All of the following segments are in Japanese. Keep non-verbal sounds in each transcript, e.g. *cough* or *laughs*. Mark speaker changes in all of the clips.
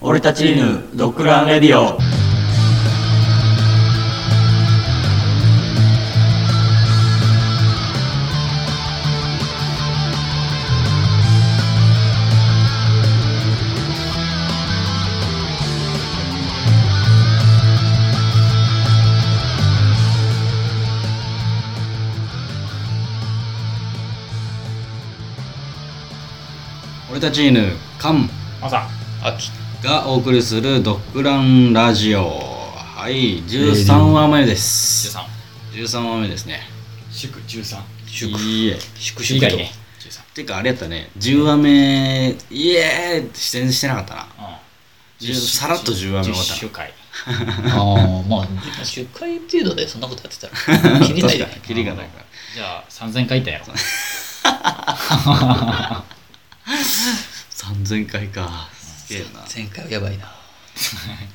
Speaker 1: 俺たち犬ドッグランレディオ俺たち犬カン
Speaker 2: 朝
Speaker 1: 秋がお送りするドッグランラジオはい13話目です
Speaker 2: 13
Speaker 1: 13話目ですね
Speaker 2: 祝13
Speaker 1: いいえ粛
Speaker 2: 以
Speaker 1: 々
Speaker 2: 外
Speaker 1: と
Speaker 2: ね13
Speaker 1: てかあれやったね10話目イエーイって出演してなかったな
Speaker 2: うん
Speaker 1: 10さらっと10話目終わった
Speaker 2: 10周回
Speaker 3: ああ、まあ、10回程度でそんなことやってたら、切りたいじゃな
Speaker 1: 確
Speaker 3: い
Speaker 1: かにキリがないから
Speaker 2: じゃあ3000回いったんやろ
Speaker 1: 3000回かすげえな
Speaker 3: 前回はやばいな。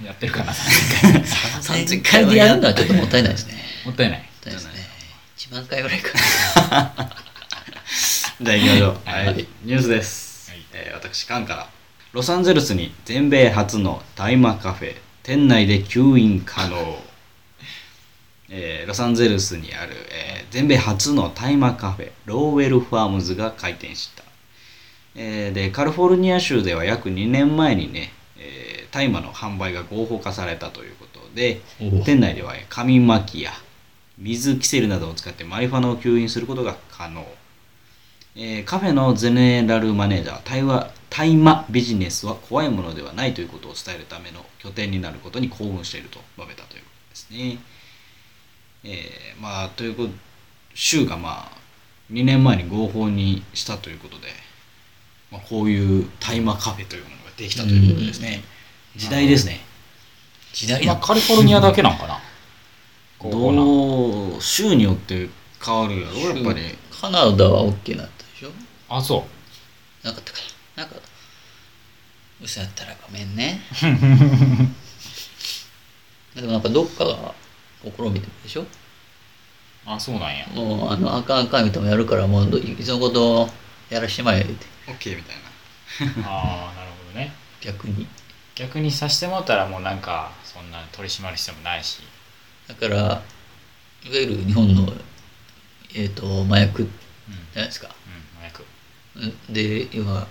Speaker 2: やってる *laughs* かな
Speaker 1: 3000
Speaker 3: 3000
Speaker 1: 回
Speaker 3: 回
Speaker 1: は
Speaker 3: で
Speaker 1: や
Speaker 3: や
Speaker 1: る
Speaker 3: る
Speaker 1: のは
Speaker 3: のは
Speaker 1: ちょっと
Speaker 3: ちょっと
Speaker 1: も
Speaker 3: も
Speaker 1: っ
Speaker 3: ったいないですね。
Speaker 2: もったいない
Speaker 3: もったいないですね。1万回ぐらいか。
Speaker 1: じゃあ行きましょう、は
Speaker 2: はいい
Speaker 1: ニュースです、
Speaker 2: はい
Speaker 1: えー私カンからロサンゼルスに全米初の大麻カフェ店内で吸引可能、えーロサンゼルスにある、えー全米初の大麻カフェローウェルファームズが開店した、えーでカリフォルニア州では約2年前にねえー大麻、の販売が合法化されたということで店内ではえー紙巻きや水キセルなどを使ってマリファナを吸引することが可能えーカフェのゼネラルマネージャー対話大麻ビジネスは怖いものではないということを伝えるための拠点になることに興奮していると述べたということですね。えーまあということ州がまあ2年前に合法にしたということで、まあ、こういう大麻カフェというものができたということですね。時代ですね。
Speaker 3: 時代
Speaker 2: 今
Speaker 3: だ。
Speaker 2: カリフォルニアだけなんかなここな
Speaker 1: どう州によって変わるやろやっぱり。
Speaker 3: カナダは OK なったでしょ
Speaker 2: あそ
Speaker 3: なかったかな。なんか、嘘やったらごめんね。 *laughs* でもなんかどっかが試みてるでしょ
Speaker 2: うあそうなんや
Speaker 3: もうあの、あかんあかんみたいなのやるから、もうどいつのことやらしてまえって、
Speaker 1: OK みたいな。
Speaker 2: ああなるほどね
Speaker 3: 逆に。
Speaker 2: 逆にさしてもらったらもうなんかそんな取り締まる必要もないし
Speaker 3: だからいわゆる日本の、えー、と麻薬じ
Speaker 2: うんう
Speaker 3: ゃないですか
Speaker 2: ん麻薬
Speaker 3: んで要は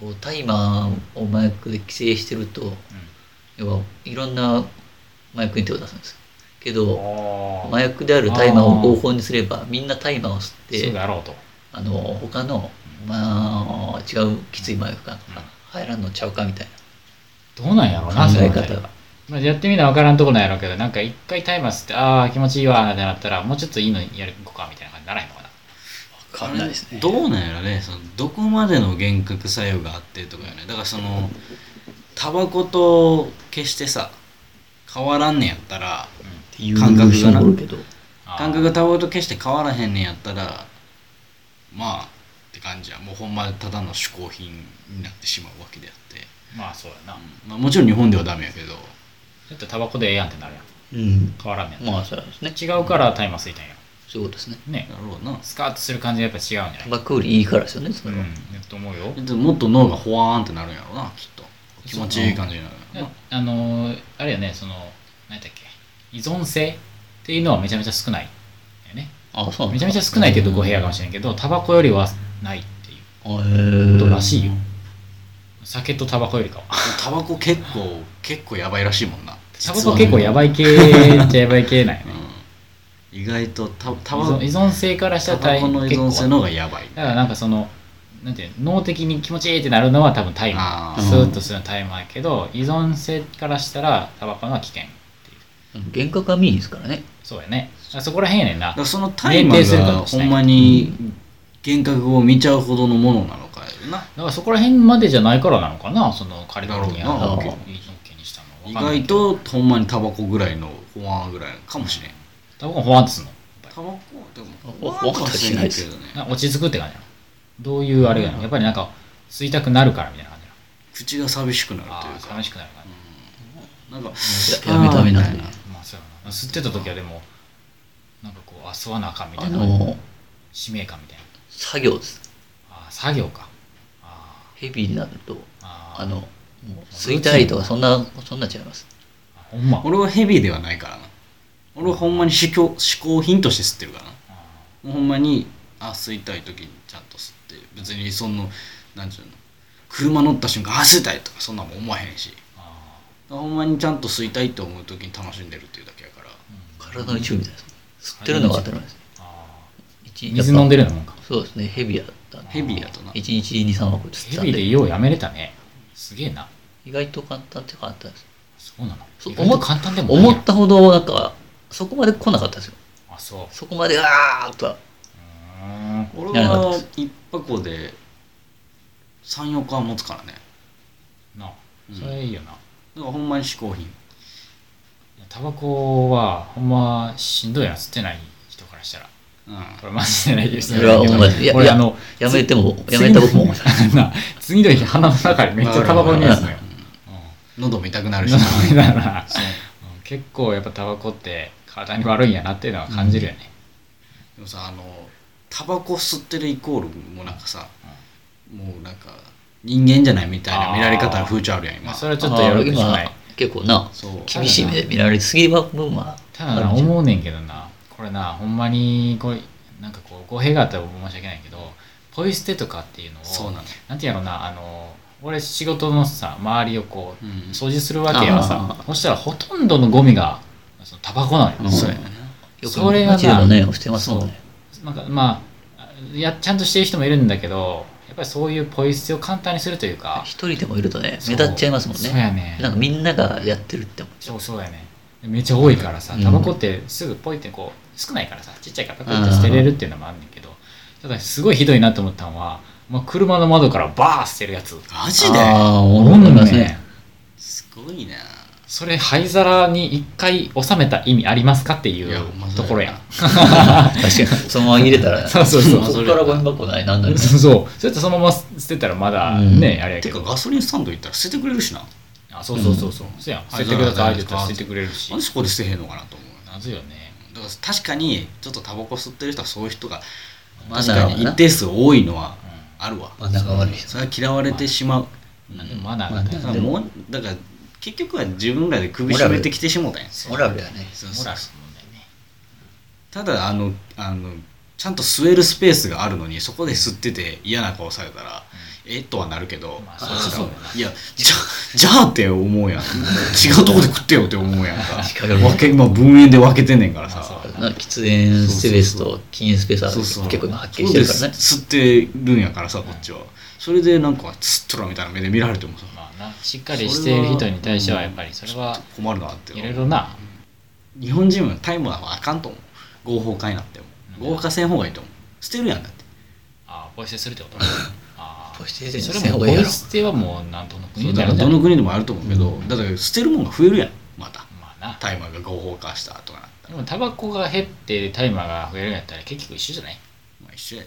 Speaker 3: こうタイマーを麻薬で規制してると要はいろんな麻薬に手を出すんですけ
Speaker 2: うん
Speaker 3: ど
Speaker 2: お
Speaker 3: 麻薬である大麻を合法にすればみんな大麻を吸
Speaker 2: そう
Speaker 3: って
Speaker 2: だろうと
Speaker 3: あの他の、まあ、違うきつい麻薬かとか入らんのちゃうかみたい
Speaker 2: どうなんやろう
Speaker 3: な
Speaker 2: な
Speaker 3: 考え
Speaker 2: その辺
Speaker 3: 方
Speaker 2: りまあ、やってみな分からんとこなんやろうけどなんか一回タイマー吸ってああ気持ちいいわーってなったらもうちょっといいのやるこかみたいな感じにならへんのかな
Speaker 3: 変わらないですね
Speaker 1: どうなんやろねそのどこまでの幻覚作用があってとかよねだからそのタバコと決してさ変わらんねんやったら
Speaker 3: っていう
Speaker 1: 感覚が
Speaker 3: 人
Speaker 1: な
Speaker 3: もおるけど
Speaker 2: あー
Speaker 1: 感覚がタバコと決して変わらへんねんやったらまあって感じやもうほんまただの嗜好品になってしまうわけであって、
Speaker 2: まあそうやなだ
Speaker 1: まあ、もちろん日本ではダメやけど
Speaker 2: ってタバコでええやんってなるやん
Speaker 3: うん
Speaker 2: 変わらんねん、
Speaker 3: まあそうですね
Speaker 2: 違うからタイマー吸いたんや
Speaker 3: そういうことですね
Speaker 2: ね
Speaker 1: だろうな
Speaker 2: スカーッとする感じがやっぱ違うんじゃない
Speaker 3: タバコよりいいからですよねそ
Speaker 2: うん
Speaker 3: れは、
Speaker 2: やと思うよ
Speaker 1: でもっと脳がホワーンってなるんやろうなきっと気持ちいい感じになるんやろうな
Speaker 2: あのーあれやねその何だっけ依存性っていうのはめちゃめちゃ少ないだよね
Speaker 3: あそうな
Speaker 2: め
Speaker 3: んで
Speaker 2: ちゃ
Speaker 3: すか
Speaker 2: めちゃ少ないっていうとこ部屋かもしれんけどタバコよりはないっていう
Speaker 3: へー
Speaker 2: ことらしいよ酒とタバコよりかは
Speaker 1: タバコ結構結構やばいらしいもんな
Speaker 2: タバコ結構やばい系っちゃやばい系なんやね
Speaker 1: 意外とタ *laughs* タ
Speaker 2: 依
Speaker 1: バコ
Speaker 2: 存依存性からした
Speaker 1: タ
Speaker 2: ら大
Speaker 1: バコの依存性の方がやばい
Speaker 2: だからなんかそのなんていうの脳的に気持ちいいってなるのは多分タイ
Speaker 1: あ
Speaker 2: マ
Speaker 1: ー
Speaker 2: ースーッとするのはタイマーやけど依存性からしたらタバコのは危険っていう
Speaker 3: 幻覚は見えんですからね
Speaker 2: そうやねあそこらへんやねんな
Speaker 1: だからそのタイマ
Speaker 2: 限定す
Speaker 1: ー
Speaker 2: るか
Speaker 1: が
Speaker 2: もし
Speaker 1: ほ
Speaker 2: れなんい
Speaker 1: まに幻覚を見ちゃうほどのものなのかよな
Speaker 2: だからそこら辺までじゃないからなのかなそのカリフォルニア
Speaker 1: だろう
Speaker 2: の
Speaker 3: な
Speaker 2: のにしたの
Speaker 1: 意
Speaker 2: わかんない
Speaker 1: 外
Speaker 2: け
Speaker 1: と
Speaker 2: ど
Speaker 1: ほんまにタバコぐらいのホワンぐらいかもしれん
Speaker 2: タバコホワンとすんのやっ
Speaker 1: タバコでもホ
Speaker 3: ホ
Speaker 1: ワ
Speaker 3: ワ
Speaker 1: ン
Speaker 3: ン
Speaker 1: か
Speaker 3: か
Speaker 1: も
Speaker 3: も
Speaker 1: し
Speaker 3: し
Speaker 1: れ
Speaker 3: れ
Speaker 1: な
Speaker 3: ないい
Speaker 1: けどね
Speaker 2: ぱりな落ち着くって感じなのどういうあれやのやっぱりなんか吸いたくなるからみたいな感じなの
Speaker 1: 口が寂しくなると
Speaker 2: あ
Speaker 1: いう
Speaker 2: あ
Speaker 1: か
Speaker 2: 楽しくなるか
Speaker 1: な
Speaker 2: ら
Speaker 1: んか
Speaker 3: ややめためな
Speaker 1: あーみ
Speaker 3: ね
Speaker 1: たい
Speaker 2: まあそうやな吸ってた時はでもなんかこうあ吸わなあかんみた
Speaker 3: あ
Speaker 2: いな
Speaker 3: の
Speaker 2: 使命感みたいな
Speaker 3: 作業です
Speaker 2: あー作業かあ
Speaker 3: ヘビーになると
Speaker 2: ーあー
Speaker 3: あのもう吸いたいとかそんなそんなちゃいます
Speaker 2: あほんま
Speaker 1: 俺はヘビーではないからな俺はほんまに嗜好嗜好品として吸ってるからな
Speaker 2: あ
Speaker 1: もうほんまにあ吸いたい時にちゃんと吸って別にそのなんちゅうの車乗った瞬間あ吸いたいとかそんなんも思わへんし
Speaker 2: あ
Speaker 1: ほんまにちゃんと吸いたいと思う時に楽しんでるっていうだけやから
Speaker 3: 体の一部みたいです吸ってるのが当たり前です
Speaker 2: あ
Speaker 3: 一
Speaker 2: 水飲んで
Speaker 3: る
Speaker 2: るようなもんか
Speaker 3: そうですねヘビやったんで
Speaker 1: ヘビーやとな
Speaker 3: 1日23億吸って
Speaker 2: ヘ
Speaker 3: たん
Speaker 2: ビー
Speaker 3: で
Speaker 2: でようやめれたねすげえな
Speaker 3: 意外と簡単って簡単です
Speaker 2: そうなの
Speaker 3: そう
Speaker 2: 意外と簡単でもないや
Speaker 3: 思ったほどなんかそこまで来なかったですよ
Speaker 2: あそう
Speaker 3: そこまであーっとは
Speaker 2: うーん
Speaker 1: 俺
Speaker 3: なるほど
Speaker 1: は一箱で34日は持つからね
Speaker 2: な
Speaker 1: うん
Speaker 2: それいいよ
Speaker 1: だ
Speaker 2: な、
Speaker 1: からほんまに嗜好品
Speaker 2: タバコはほんましんどいや吸ってない人からしたら
Speaker 1: うん
Speaker 2: これマジでないですね
Speaker 3: いやほんまですいや
Speaker 2: 俺あの
Speaker 3: やめてもやめた僕も思いました
Speaker 2: あんな次の日鼻の中にめっちゃタバコの匂いするのよ、
Speaker 1: 喉も痛くな
Speaker 2: う
Speaker 1: る
Speaker 2: ん *laughs*
Speaker 1: し
Speaker 2: なのにだから
Speaker 1: そう
Speaker 2: うん結構やっぱタバコって体に悪いんやなっていうのは感じるよね、
Speaker 1: でもさあのタバコ吸ってるイコールもうなんかさ、もうなんか人間じゃないみたいな見られ方の風潮あるやん
Speaker 2: ま
Speaker 1: 今
Speaker 2: あ、そ *laughs* れはちょっとよろしくない
Speaker 3: あー今結構な
Speaker 1: そう
Speaker 3: 厳しい目で見られすぎば分は
Speaker 2: ただな思うねんけどなこれなほんまにこれなんかこう語弊があったら申し訳ないけどポイ捨てとかっていうのを
Speaker 1: そうなの
Speaker 2: なんていうやろなあの俺仕事のさ周りをこう
Speaker 1: うん
Speaker 2: 掃除するわけや
Speaker 3: あ
Speaker 2: さ
Speaker 3: ー
Speaker 2: そしたらほとんどのゴミがそのタバコなの
Speaker 3: うん
Speaker 2: よ
Speaker 1: そうやな
Speaker 3: よ
Speaker 2: それ
Speaker 3: く
Speaker 2: がな
Speaker 3: 街でもねしてますもんね
Speaker 2: なんかまあやちゃんとしてる人もいるんだけどやっぱりそういうポイ捨てを簡単にするというか
Speaker 3: 一人でもいるとね
Speaker 2: そう
Speaker 3: 目立っちゃいますもん
Speaker 2: そう
Speaker 3: ね
Speaker 2: やね
Speaker 3: なんかみんながやってるって思っちゃ
Speaker 2: そうそうやねめっちゃ多いからさ
Speaker 3: うん
Speaker 2: タバコってすぐポイってこう少ないからさちっちゃいからパクって捨てれるっていうのもあんねんけどただすごいひどいなと思ったのは、まあ、車の窓からバー捨てるやつ
Speaker 1: マ
Speaker 3: う
Speaker 1: ジで
Speaker 3: ああ
Speaker 2: お
Speaker 3: 思いますね
Speaker 1: すごいな
Speaker 2: それ灰皿に一回収めた意味ありますかってい
Speaker 1: いやほ
Speaker 2: う
Speaker 1: んまそ
Speaker 2: と
Speaker 1: うやな
Speaker 2: ころやん *laughs*
Speaker 3: 確かにそのまま入れたら
Speaker 2: そうそうそう
Speaker 3: こっからゴミ箱ないなんだ
Speaker 2: そう
Speaker 3: ろ
Speaker 2: そう
Speaker 3: う
Speaker 2: それとそのまま捨てたらまだね、
Speaker 3: う
Speaker 2: あれや
Speaker 1: て
Speaker 2: け
Speaker 1: か
Speaker 2: ど
Speaker 1: ガソリンスタンド行ったら捨ててくれるしな
Speaker 2: あそうそうそうそう、そうやん捨ててくださいって言ったら捨ててくれるし
Speaker 1: なんでそこで捨てへんのかなと思う
Speaker 2: なぜよね
Speaker 1: だから確かにちょっとタバコ吸ってる人はそういう人が
Speaker 3: マ
Speaker 1: 確
Speaker 3: ナ
Speaker 1: か
Speaker 3: ー
Speaker 1: に
Speaker 3: が
Speaker 1: 一定数多いのは
Speaker 2: う
Speaker 1: あるわ
Speaker 3: マナーが悪い人
Speaker 1: それは嫌われてしまう、
Speaker 2: ん
Speaker 1: う
Speaker 2: なんんでマナーがね
Speaker 1: だからもうだから結局は自分らで首絞めてきてしもうたんや
Speaker 3: モラルやね
Speaker 1: そう
Speaker 2: モ
Speaker 1: そう
Speaker 2: ラルの問題ね
Speaker 1: ただあのあのちゃんと吸えるスペースがあるのにそこで吸ってて嫌な顔されたら、えっとはなるけど、
Speaker 2: まあそうそうそう
Speaker 1: 違ういやじゃじゃあって思うやん違うとこで食ってよって思うやんか
Speaker 3: 確かに
Speaker 1: 分け今分煙で分けてんねんからさ、
Speaker 2: まあそうだ
Speaker 3: なんか喫煙スペースと禁煙スペースある
Speaker 1: そうそう
Speaker 3: 結構今発見してるからね
Speaker 1: そうで吸ってるんやからさこっちは、それでなんか吸っとらみたいな目で見られてもさ
Speaker 2: まあなしっかりしている人に対してはやっぱりそれは
Speaker 1: 困るなって
Speaker 2: いろいろな
Speaker 1: 日本人はタイムはあかんと思う合法化になっても合法化せん方がいいと思う捨てるやんだって
Speaker 2: あポイ捨てするってこと *laughs* あ
Speaker 3: ポイ捨て
Speaker 2: そ
Speaker 3: せ
Speaker 2: れ
Speaker 3: ん
Speaker 2: も
Speaker 3: 方
Speaker 2: ポ
Speaker 3: がいいや
Speaker 2: イ
Speaker 3: ろ
Speaker 2: 捨てはもうなんとの
Speaker 1: そ
Speaker 2: 国
Speaker 1: う
Speaker 2: だ
Speaker 1: だか
Speaker 2: よ
Speaker 1: ら
Speaker 2: ね
Speaker 1: どの国でもあると思うけど、だから捨てるもんが増えるやんまた
Speaker 2: まあな
Speaker 1: タイマーが合法化したとかなった
Speaker 2: で
Speaker 1: ら、
Speaker 2: もタバコが減ってタイマーが増えるんやったら結局一緒じゃない
Speaker 1: まあ、一緒や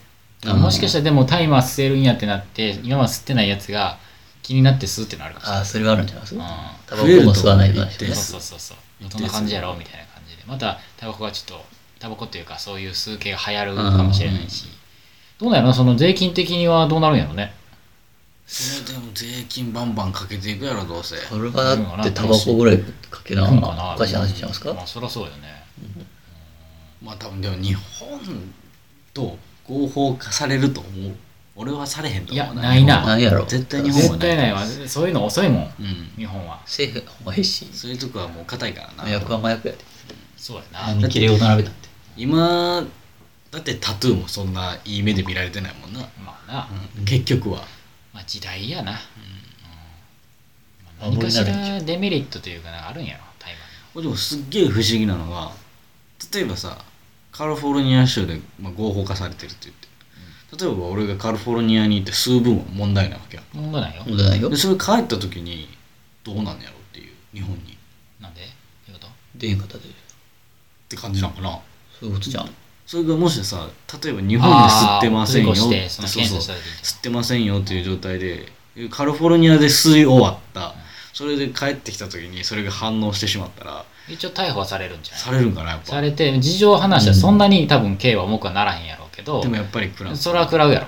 Speaker 3: うん
Speaker 2: もしかしたらでもタイマー吸えるんやってなって今は吸ってないやつが気になって吸うってのあるかもしれ
Speaker 3: ああそれはあるんじゃないです
Speaker 2: ない
Speaker 3: か
Speaker 2: うん
Speaker 3: タバコも吸わないと
Speaker 1: 増え
Speaker 3: ね
Speaker 1: ると
Speaker 2: そう
Speaker 1: で
Speaker 2: そうそうそうどんな感じやろうみたいな感じでまたタバコがちょっとタバコっていうかそういう数形が流行るかもしれないし、どうなんやろなその税金的にはどうなるんやろね
Speaker 1: それでも税金バンバンかけていくやろどうせ
Speaker 3: それがだってタバコぐらいかけな
Speaker 2: 行くんかな
Speaker 3: おかしい話しちゃいますか
Speaker 2: まあそりゃそうよね
Speaker 1: まあ多分でも日本と合法化されると思う俺はされへんと思う
Speaker 2: いやないな
Speaker 1: 日本は
Speaker 3: ないやろ
Speaker 1: 絶対日本は
Speaker 2: 絶
Speaker 1: ない
Speaker 2: 対ないわそういうの遅いもん
Speaker 1: うん
Speaker 2: 日本は
Speaker 3: 政府ほんまへし
Speaker 1: そういうとこはもう硬いから
Speaker 3: 麻
Speaker 1: な
Speaker 3: 薬は麻薬やで
Speaker 2: そうや
Speaker 3: あ
Speaker 2: な
Speaker 3: の切れを並べたって
Speaker 1: 今だってタトゥーもそんないい目で見られてないもんな、
Speaker 2: まあな、
Speaker 1: うん結局は
Speaker 2: まあ時代やな、
Speaker 3: う
Speaker 2: うん
Speaker 3: ん
Speaker 2: 何かし
Speaker 3: 守りな
Speaker 2: らデメリットというかなんかあるんやろタイ
Speaker 1: でもすっげえ不思議なのが例えばさカリフォルニア州で、まあ、合法化されてるって言って、例えば俺がカリフォルニアに行って数分は問題なわけや
Speaker 2: マー問題ないよ、
Speaker 3: 問題ないよ
Speaker 1: でそれ帰った時にどうなんやろうっていう日本にっ
Speaker 2: なんでどういうこと
Speaker 3: 出へんかったで
Speaker 1: て感じなのかな
Speaker 3: そういうことじゃん
Speaker 1: それがもしさ例えば日本で吸ってませんよ
Speaker 2: あー通行してその
Speaker 1: そう
Speaker 2: 検
Speaker 1: そう
Speaker 2: 査した時に
Speaker 1: 吸ってませんよっていう状態でカリフォルニアで吸い終わったそれで帰ってきた時にそれが反応してしまったら
Speaker 2: 一応逮捕はされるんじゃない
Speaker 1: されるんかなやっ
Speaker 2: さ
Speaker 1: ぱ
Speaker 2: れて事情を話したらそんなに多分刑は重くはならへんやろうけど、
Speaker 1: でもやっぱり食らう
Speaker 2: それは食らうやろ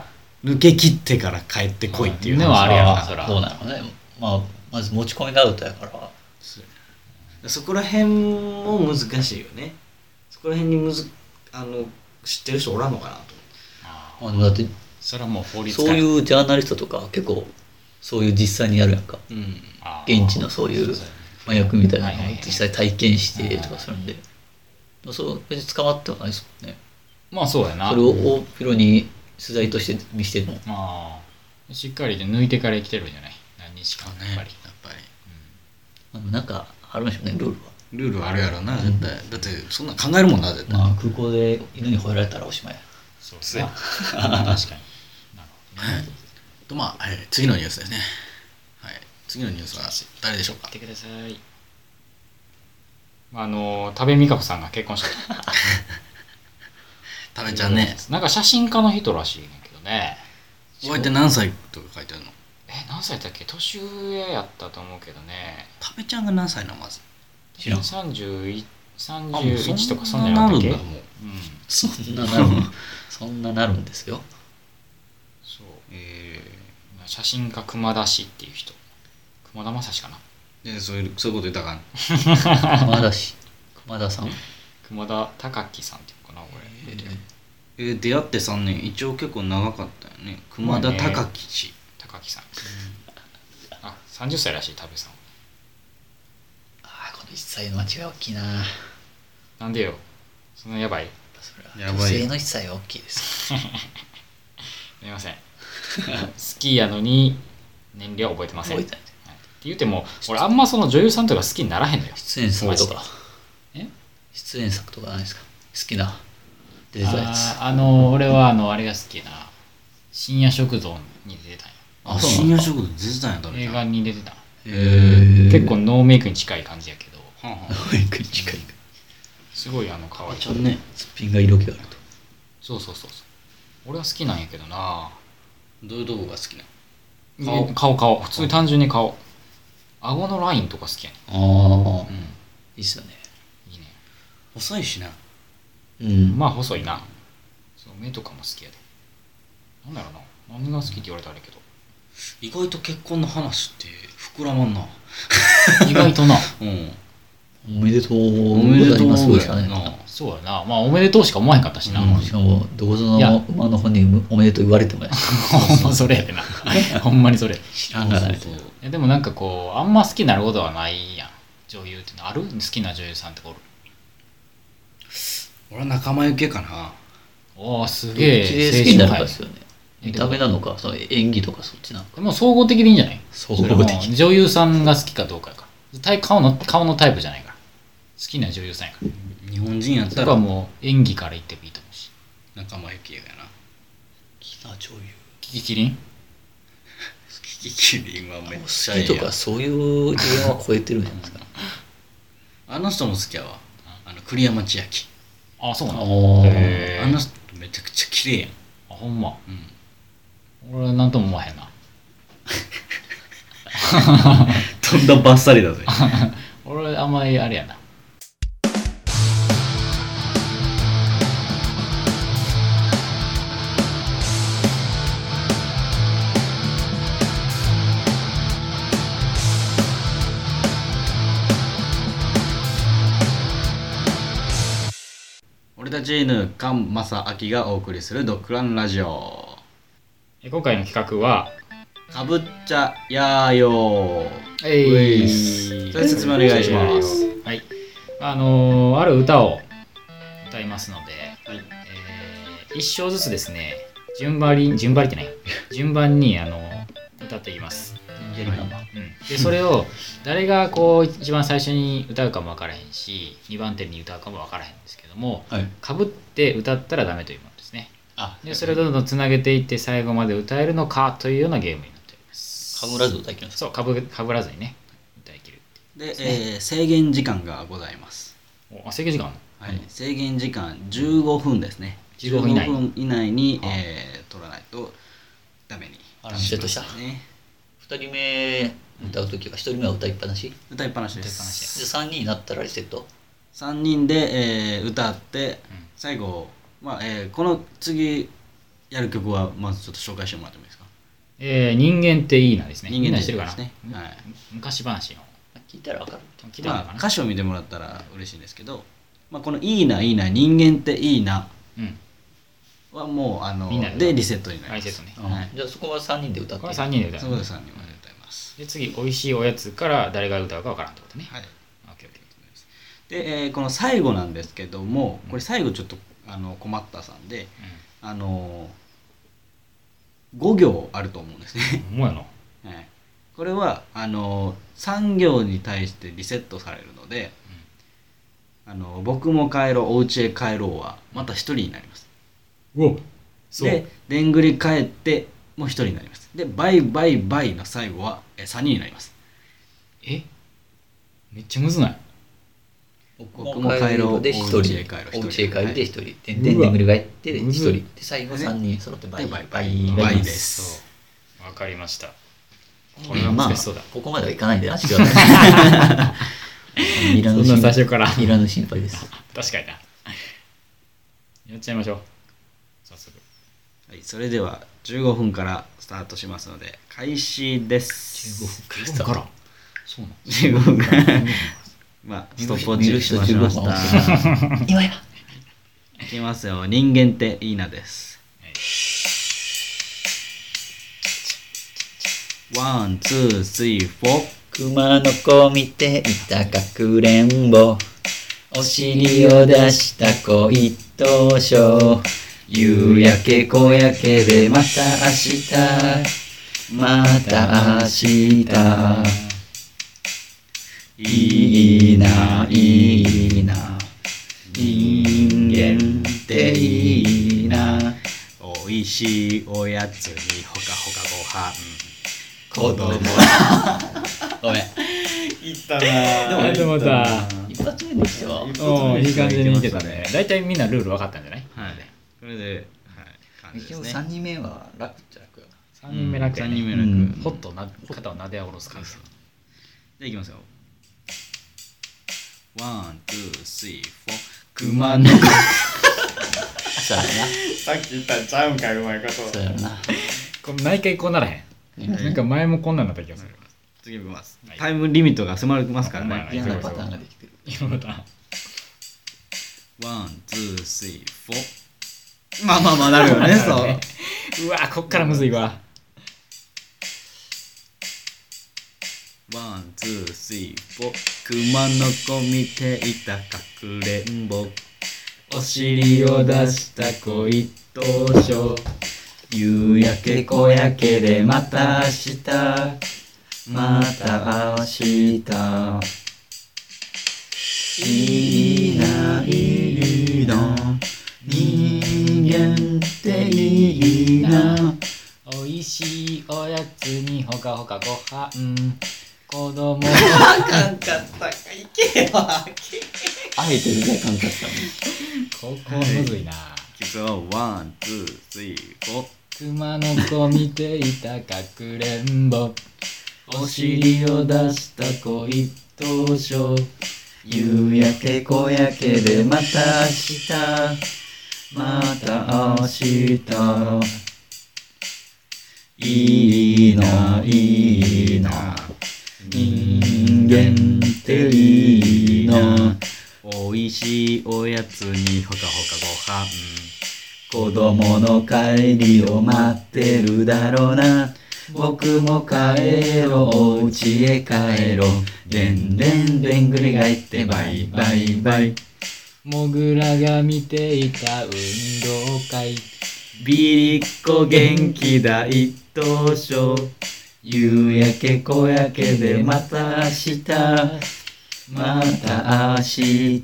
Speaker 1: 抜け切ってから帰ってこいっていう
Speaker 2: うんでもあれやろ
Speaker 1: 話
Speaker 2: そら
Speaker 3: どうなのねまあまず持ち込みがアウトやから
Speaker 1: そうやなそこら辺も難しいよねそこら辺にむずあの知ってる人おらんのかなと思って
Speaker 2: ああ
Speaker 3: あでもだって
Speaker 2: それはもう法律
Speaker 3: そう
Speaker 2: う
Speaker 3: いうジャーナリストとか結構そういう実際にやるやんか
Speaker 1: うん
Speaker 3: 現地のそういう麻薬みたいな
Speaker 2: はいはい
Speaker 3: のを
Speaker 2: はい
Speaker 3: 実際体験してとかするんで、そう別に捕まってはないですもんね
Speaker 2: まあそうやな
Speaker 3: それを大っ広に取材として見せても
Speaker 2: まあしっかりで抜いてから生きてるんじゃない何日間
Speaker 1: あ
Speaker 2: か
Speaker 1: ね
Speaker 2: やっぱり、
Speaker 1: やっぱり
Speaker 3: あのなんかあるんでしょうねルールは、
Speaker 1: ルールあるやろな絶対だってそんなん考えるもんな絶対
Speaker 3: まあ、空港で犬に吠えられたらおしまい
Speaker 2: そう
Speaker 1: そうや
Speaker 2: やな確かになるほどね
Speaker 1: とまあ、はい次のニュースですねはい次のニュースは誰でしょうか
Speaker 2: 言ってくださいあの多部未華子さんが結婚した
Speaker 1: 食べちゃんね
Speaker 2: なんか写真家の人らしいねんけどね
Speaker 1: お相手何歳とか書いてあるの
Speaker 2: え何歳だっけ年上やったと思うけどね
Speaker 1: 食べちゃんが何歳なのまず
Speaker 3: 知らん
Speaker 2: 31
Speaker 1: あもうそん
Speaker 2: 31とかそん
Speaker 1: な
Speaker 2: な
Speaker 1: な
Speaker 2: んやった
Speaker 1: るん
Speaker 2: っけ
Speaker 1: だ
Speaker 2: うん
Speaker 1: もう
Speaker 3: そんななる *laughs* そんななるんです *laughs* よ
Speaker 2: そう
Speaker 1: え
Speaker 2: 写真家熊田氏っていう人熊田正史かな
Speaker 1: ー、でそういうそういうこと言ったらあかん
Speaker 3: 熊田氏熊田さん
Speaker 2: 熊田隆樹さんっていうのかなこれ、
Speaker 1: えー、出会って3年一応結構長かったよね熊田隆吉、
Speaker 2: 隆樹さんあ30歳らしい多部さん
Speaker 3: ああこの1歳の間違い大きいな
Speaker 2: なんでよそのやばい
Speaker 3: それ
Speaker 1: や
Speaker 3: は
Speaker 1: ばい
Speaker 3: 女性の1歳は大きいです
Speaker 2: すみません好きやのに年齢は覚えてません、
Speaker 3: 覚
Speaker 2: はい、
Speaker 3: え
Speaker 2: ってて
Speaker 3: ない
Speaker 2: 言うても俺あんまその女優さんとか好きにならへんのよ
Speaker 3: 出演作とか
Speaker 2: え
Speaker 3: 出演作とかないですか好きな出てたやつ
Speaker 2: あーあの俺はあのあれが好きやな深夜食堂に出てたんよ
Speaker 1: あ
Speaker 3: そうな
Speaker 1: 深
Speaker 3: んだ
Speaker 1: 夜食堂出てたんや食べ
Speaker 2: 映
Speaker 1: ち
Speaker 2: 画
Speaker 1: ゃん
Speaker 2: に出てた
Speaker 1: へ
Speaker 3: *laughs*
Speaker 2: 結構ノーメイクに近い感じやけど
Speaker 1: はんはん
Speaker 3: 保育に近いか
Speaker 2: すごいあの可愛い
Speaker 1: ちゃんね
Speaker 3: すっぴんが色気があると
Speaker 2: そうそうそうそう俺は好きなんやけどな
Speaker 1: どういうとこが好きなの
Speaker 2: 顔顔顔普通に単純に顔顎のラインとか好きやね
Speaker 3: ああ
Speaker 2: ん
Speaker 3: いいっすよね
Speaker 2: いいね
Speaker 1: 細いしな
Speaker 3: うん
Speaker 2: まあ細いなそう目とかも好きやでなんだろうな何が好きって言われたらあれやけ
Speaker 1: 意外と結婚の話って膨らまんな
Speaker 2: ど意外と
Speaker 3: *laughs*
Speaker 2: な
Speaker 1: うん
Speaker 3: おめでとう
Speaker 1: おめでとう
Speaker 3: 今すごい
Speaker 1: ぐ
Speaker 3: ですからら
Speaker 1: い
Speaker 3: ね
Speaker 1: な
Speaker 2: そうやなまあおめでとうしか思わへんかったし *laughs* な、
Speaker 1: うん
Speaker 3: しかもどこぞ
Speaker 2: いや
Speaker 3: の馬の本人おめでとう言われてもやし
Speaker 2: ほんまそれやでな
Speaker 3: *laughs*
Speaker 2: ほんまにそれい
Speaker 3: 知らんがな
Speaker 1: そうそう
Speaker 2: やでもなんかこうあんま好きになることはないやん女優ってのある好きな女優さんとかおる
Speaker 1: 俺は仲間由紀恵かな
Speaker 2: おおすげ
Speaker 3: どっちで好き
Speaker 2: え
Speaker 3: に
Speaker 2: 青
Speaker 3: なる
Speaker 2: 春派
Speaker 3: かですよね見た目なのかその演技とかそっちなのか
Speaker 2: でも総合的でいいんじゃない
Speaker 3: 総
Speaker 2: それも
Speaker 3: 合的
Speaker 2: 女優さんが好きかどうかやからタイ顔の顔のタイプじゃないから好きな女優さんやから
Speaker 1: 日本人やっ
Speaker 2: そ
Speaker 1: た
Speaker 2: れは
Speaker 1: ら
Speaker 2: もう演技から言ってもいいと思うし
Speaker 1: 仲間由紀恵やな
Speaker 3: きな女優
Speaker 2: キキキリン
Speaker 1: キキキリンはめっちゃ
Speaker 3: 好
Speaker 1: い
Speaker 3: き
Speaker 1: い
Speaker 3: と
Speaker 1: や
Speaker 3: かそういう次元は超えてるんじゃないですか
Speaker 1: あの人も好きやわあの栗山千明
Speaker 2: あそうなの
Speaker 3: あ
Speaker 2: へえ
Speaker 1: あの人めちゃくちゃ綺麗やん、
Speaker 2: あほんま
Speaker 1: うん、
Speaker 2: 俺はなんとも思わへんな
Speaker 1: と *laughs* んだバッサリだぜ
Speaker 2: 俺あんまりあれやな
Speaker 1: 俺たち犬菅正明がお送りするドッグランラジオ
Speaker 2: え今回の企画は
Speaker 1: かぶっちゃやーよ
Speaker 2: え
Speaker 1: いっすそれ説明お願いします
Speaker 2: はいあのーある歌を歌いますので、
Speaker 1: はい
Speaker 2: えー一章ずつですね順張り順張りってない順番にあの歌っていきます、
Speaker 3: ジェリマンマ
Speaker 2: うん、
Speaker 1: *laughs*
Speaker 2: でそれを誰がこう一番最初に歌うかも分からへんし2番手に歌うかも分からへんんですけども
Speaker 3: はい
Speaker 2: かぶって歌ったらダメというものですね
Speaker 3: あ
Speaker 2: でそれをどんどんつなげていって最後まで歌えるのかというようなゲームになっております
Speaker 3: かぶらず歌いきます
Speaker 2: そうかぶかぶらずにね歌い切る
Speaker 1: で、えー制限時間がございます、
Speaker 2: おあ制限時間あんの
Speaker 1: はい、制限時間15分ですね
Speaker 2: 15分以内
Speaker 1: 分以内に、
Speaker 2: あ
Speaker 1: えー取らないとダメに
Speaker 3: あらセットした
Speaker 1: ますね
Speaker 3: 2人目歌う時は1人目は歌いっぱなしで
Speaker 1: 歌いっぱなしで
Speaker 2: 歌いっぱなしです
Speaker 3: 3人になったらリセット
Speaker 1: 3人で、えー歌って
Speaker 2: うん
Speaker 1: 最後、まあえーこの次やる曲はまずちょっと紹介してもらってもいいですか
Speaker 2: えー人間っていいなですね。
Speaker 1: 人間
Speaker 2: み
Speaker 1: っ
Speaker 2: んな
Speaker 1: て
Speaker 2: 知
Speaker 1: い
Speaker 2: っ
Speaker 1: い
Speaker 2: て
Speaker 1: な
Speaker 2: る
Speaker 1: です
Speaker 2: か
Speaker 1: ね
Speaker 2: な、
Speaker 1: はい
Speaker 2: 昔話の。
Speaker 3: 聞いたらわかる
Speaker 2: 聞いたのか
Speaker 1: まあ、
Speaker 2: な、
Speaker 1: 歌詞を見てもらったら嬉しいんですけど、まあ、この「いいな」「いいな」「人間っていいな
Speaker 2: うん。」
Speaker 1: はもうあの
Speaker 2: みんなで
Speaker 1: でリセットになります
Speaker 2: リセット
Speaker 1: ね、はい
Speaker 3: じゃあそこは3人で歌って
Speaker 2: これ3人で歌う。
Speaker 1: そこでさんにも歌います、
Speaker 2: で次、美味しいおやつから誰が歌うかわからんってことね。
Speaker 1: はい
Speaker 2: オッケーオッケー
Speaker 1: で、えーこの最後なんですけどもこれ最後ちょっとあの困ったさんであの5行あると思うんですね、 *laughs*
Speaker 2: うん。もうやの。
Speaker 1: はい、これはあの3行に対してリセットされるので「あの僕も帰ろうお家へ帰ろう」はまた1人になります
Speaker 2: うおそう。
Speaker 1: ででんぐり帰ってもう1人になりますでバイバイバイの最後はえー3人になります
Speaker 2: えめっちゃむずない
Speaker 1: 僕も帰ろう
Speaker 3: で
Speaker 1: お
Speaker 3: 1
Speaker 1: 家へ帰
Speaker 3: 人
Speaker 1: ろう
Speaker 3: お家へ帰るで1人で
Speaker 2: うわ
Speaker 3: ででんぐり返ってで1
Speaker 2: むず
Speaker 3: 人
Speaker 2: い
Speaker 3: で最後3人揃ってバイ
Speaker 1: でバ
Speaker 3: バ
Speaker 1: イ
Speaker 3: イ
Speaker 1: バ
Speaker 3: バ
Speaker 1: イ
Speaker 3: イ
Speaker 1: バイで
Speaker 3: です
Speaker 1: す
Speaker 2: わかりました。これは難しそうだ。
Speaker 3: ここまではいかな
Speaker 1: *laughs*
Speaker 3: いでなしてくださいいら
Speaker 2: そ
Speaker 3: ぬ
Speaker 2: んな最
Speaker 3: 心配
Speaker 2: 初から。
Speaker 3: いらぬ心配です
Speaker 2: 確かにな。やっちゃいましょう。早速。
Speaker 1: はい、それでは15分からスタートしますので開始です
Speaker 2: 15分から。そうな
Speaker 1: 15
Speaker 2: ん
Speaker 1: 分から *laughs* まあストップウォッチしましまし
Speaker 3: 見る人
Speaker 1: た
Speaker 3: 15分今今
Speaker 1: いきますよ人間っていいなですワンツースリーフォー
Speaker 3: 熊の子見ていたかくれんぼお尻を出した恋当初夕焼け小焼けでまた明日また明日いいないいな人間っていいな
Speaker 1: おいしいおやつにほかほかご飯
Speaker 3: 子供ごめん
Speaker 1: いったな
Speaker 2: はいどうもだ
Speaker 3: 一発目でしょ
Speaker 2: おーいい感じにいけた
Speaker 1: いけ
Speaker 2: ね
Speaker 1: ま。した
Speaker 2: 大体みんなルール分かったんじゃない
Speaker 1: はいこれではい感じ
Speaker 3: 一
Speaker 1: です
Speaker 3: 応
Speaker 1: ね
Speaker 3: 3人目は楽っちゃ楽よ
Speaker 2: ?3 人目楽や
Speaker 1: 3
Speaker 2: ね
Speaker 1: 人目
Speaker 3: う
Speaker 1: 楽
Speaker 3: ん
Speaker 2: ほっとな肩をなで下ろす感じ。
Speaker 1: じゃあいきますよ。ワン、ツー、スリー、フォー。熊の子。
Speaker 3: そうや
Speaker 1: さっき言ったちゃうんかい、うまいこと
Speaker 3: なそうやな
Speaker 2: これ毎回こうならへん。なんか前もこんなんなった気がする。
Speaker 1: 次行きます
Speaker 2: はい。
Speaker 1: タイムリミットが迫りますから
Speaker 2: はい
Speaker 1: ね。
Speaker 3: 嫌なパターンができてる
Speaker 2: 今また。
Speaker 1: ワン、ツー、スリー、フォー。まあまあまあなるよね、そう。
Speaker 2: うわこっからむずいわ。
Speaker 1: ワン、ツー、スリー、フォー。熊の子見ていたかくれんぼ。お尻を出した恋当初。夕焼け小焼けでまた明日。
Speaker 3: また明日いいないいな人間っていいな
Speaker 2: おいしいおやつにほかほかご飯子 *laughs* 供
Speaker 3: あかんかったかいけよあえてるねあかんかった
Speaker 2: ここむずいな、
Speaker 1: 実はワン、ツー、スリー、フォー。
Speaker 2: 熊の子見ていたかくれんぼお尻を出した恋当初
Speaker 3: 夕焼け小焼けでまた明日また明日いいないいな人間っていいな
Speaker 1: おいしいおやつにほかほか
Speaker 3: 子供の帰りを待ってるだろうな僕も帰ろうお家へ帰ろうでんでんでんぐり返ってバイバイバイ
Speaker 2: モグラが見ていた運動
Speaker 1: ご
Speaker 2: 会
Speaker 1: 飯ビリッコ元気大東小
Speaker 3: 夕焼け小焼けでまた明日また明日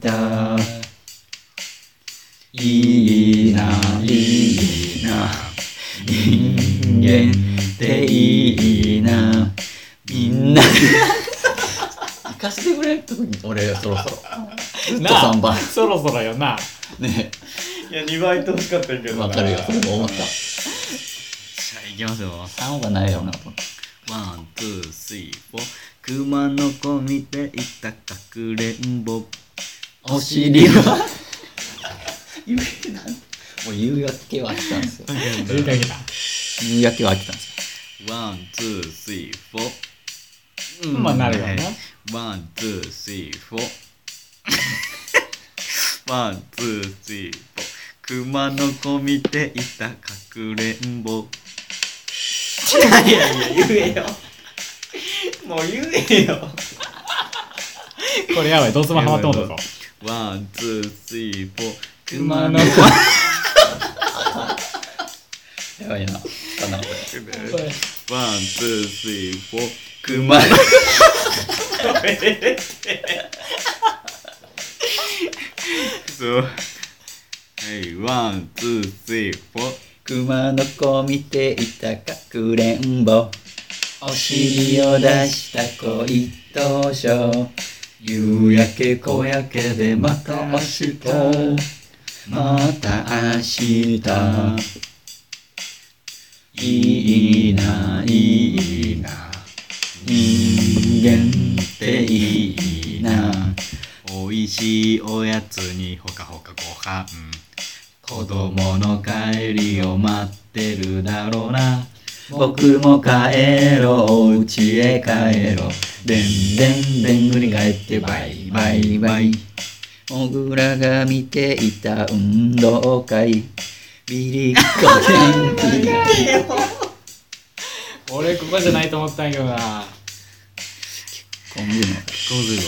Speaker 3: いいないいな人間っていいなみんな行かせてくれるとに俺そろそろずっと
Speaker 2: なあ
Speaker 3: 3番
Speaker 2: そろそろよな
Speaker 3: ね
Speaker 1: いや2倍いってほしかったけ
Speaker 3: わかるよそれも思った
Speaker 1: じゃあいきますよ
Speaker 3: 3はないよなと
Speaker 1: ワンツースリーフォー熊の子見ていたかくれんぼ
Speaker 3: お尻は *laughs* 言えなんもう夕焼けは飽きたんですよ
Speaker 2: 時間きた
Speaker 3: 夕焼けは飽きたんですよ
Speaker 1: ワン、ツー、スリー、フォー。
Speaker 2: まあなるよね。
Speaker 1: ワン、ツー、スリー、フォー。ワン、ツー、スリー、フォー。熊の子見ていたかくれんぼ。
Speaker 3: いやいや、言えよ。もう言えよ。
Speaker 2: これやばい、どうつまハマってもうたぞ。
Speaker 1: ワン、ツー、スリー、フォー。
Speaker 2: 熊の
Speaker 1: 子
Speaker 2: 子。
Speaker 3: やばいな。かな、これ。
Speaker 2: これ
Speaker 1: ワン、ツー、スリー、フォー。熊の子。そう。はい、ワン、ツー、スリー、フォー。
Speaker 3: 熊の子見ていたかくれんぼお尻を出した子一等賞夕焼け小焼けでまた明日また明日いいないいな人間っていいな
Speaker 1: おいしいおやつにほかほかご飯
Speaker 3: 子
Speaker 1: 子
Speaker 3: 供
Speaker 1: 供
Speaker 3: の
Speaker 1: の
Speaker 3: 帰
Speaker 1: 帰
Speaker 3: り
Speaker 1: り
Speaker 3: を
Speaker 1: を
Speaker 3: 待
Speaker 1: 待
Speaker 3: っ
Speaker 1: ってるだろうな
Speaker 3: 僕も帰ろう、家へ帰ろう。でんでんでんぐり返ってバイバイバイ。もぐらが見ていた運動会。ビリッコ天気。
Speaker 2: 俺ここじゃないと思ったんやけどな。
Speaker 3: 今度の
Speaker 1: ゴズ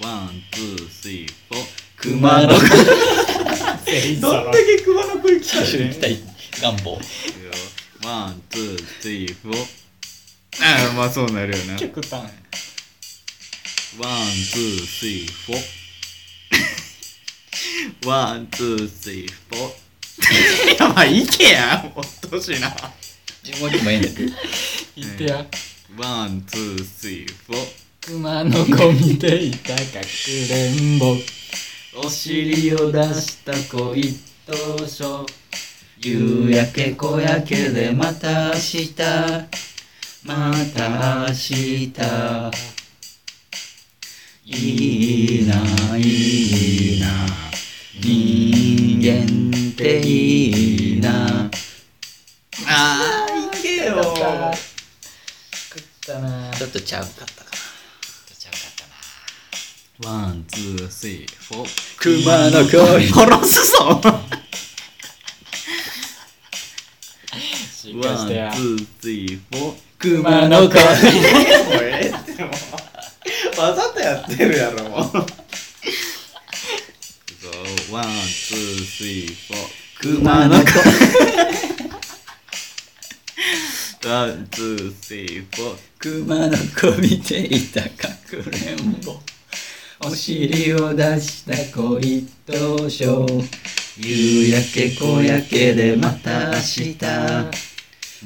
Speaker 1: ゴワンツースリーフォー
Speaker 3: 熊の子
Speaker 2: どんだけ熊の子行きたい
Speaker 3: 行きたい願望。
Speaker 1: ワンツースリーフォーああまあそうなるよなワンツ
Speaker 2: 食ったん
Speaker 1: ースリーフォーワンツースリーフォー *laughs* やばいいけやもうとしいな
Speaker 3: 自分にもええねんで。
Speaker 2: 言ってや。
Speaker 1: ワンツースリーフォー
Speaker 2: 熊の子見ていたかくれんぼ。
Speaker 1: お尻を出した子一等賞
Speaker 3: 夕焼け小焼けでまた明日。また明日。いいないいな人間っていいな
Speaker 1: あーいけよ
Speaker 2: 食ったな。
Speaker 3: ょっとちゃうかったかな
Speaker 2: ちゃうかったな。
Speaker 1: ワンツースリーフォー
Speaker 3: 熊の声
Speaker 1: 殺すぞ
Speaker 2: しっかり
Speaker 1: ワ
Speaker 2: し
Speaker 1: ンツ
Speaker 2: てや。
Speaker 1: ースリーフォー
Speaker 2: 熊の子。
Speaker 1: わざとやってるやろもうワンツースリーフォー
Speaker 3: 熊の声
Speaker 1: ワンツースリーフォー
Speaker 3: 熊の子見ていたかくれんぼお尻を出した子一等賞夕焼け小焼けでまた明日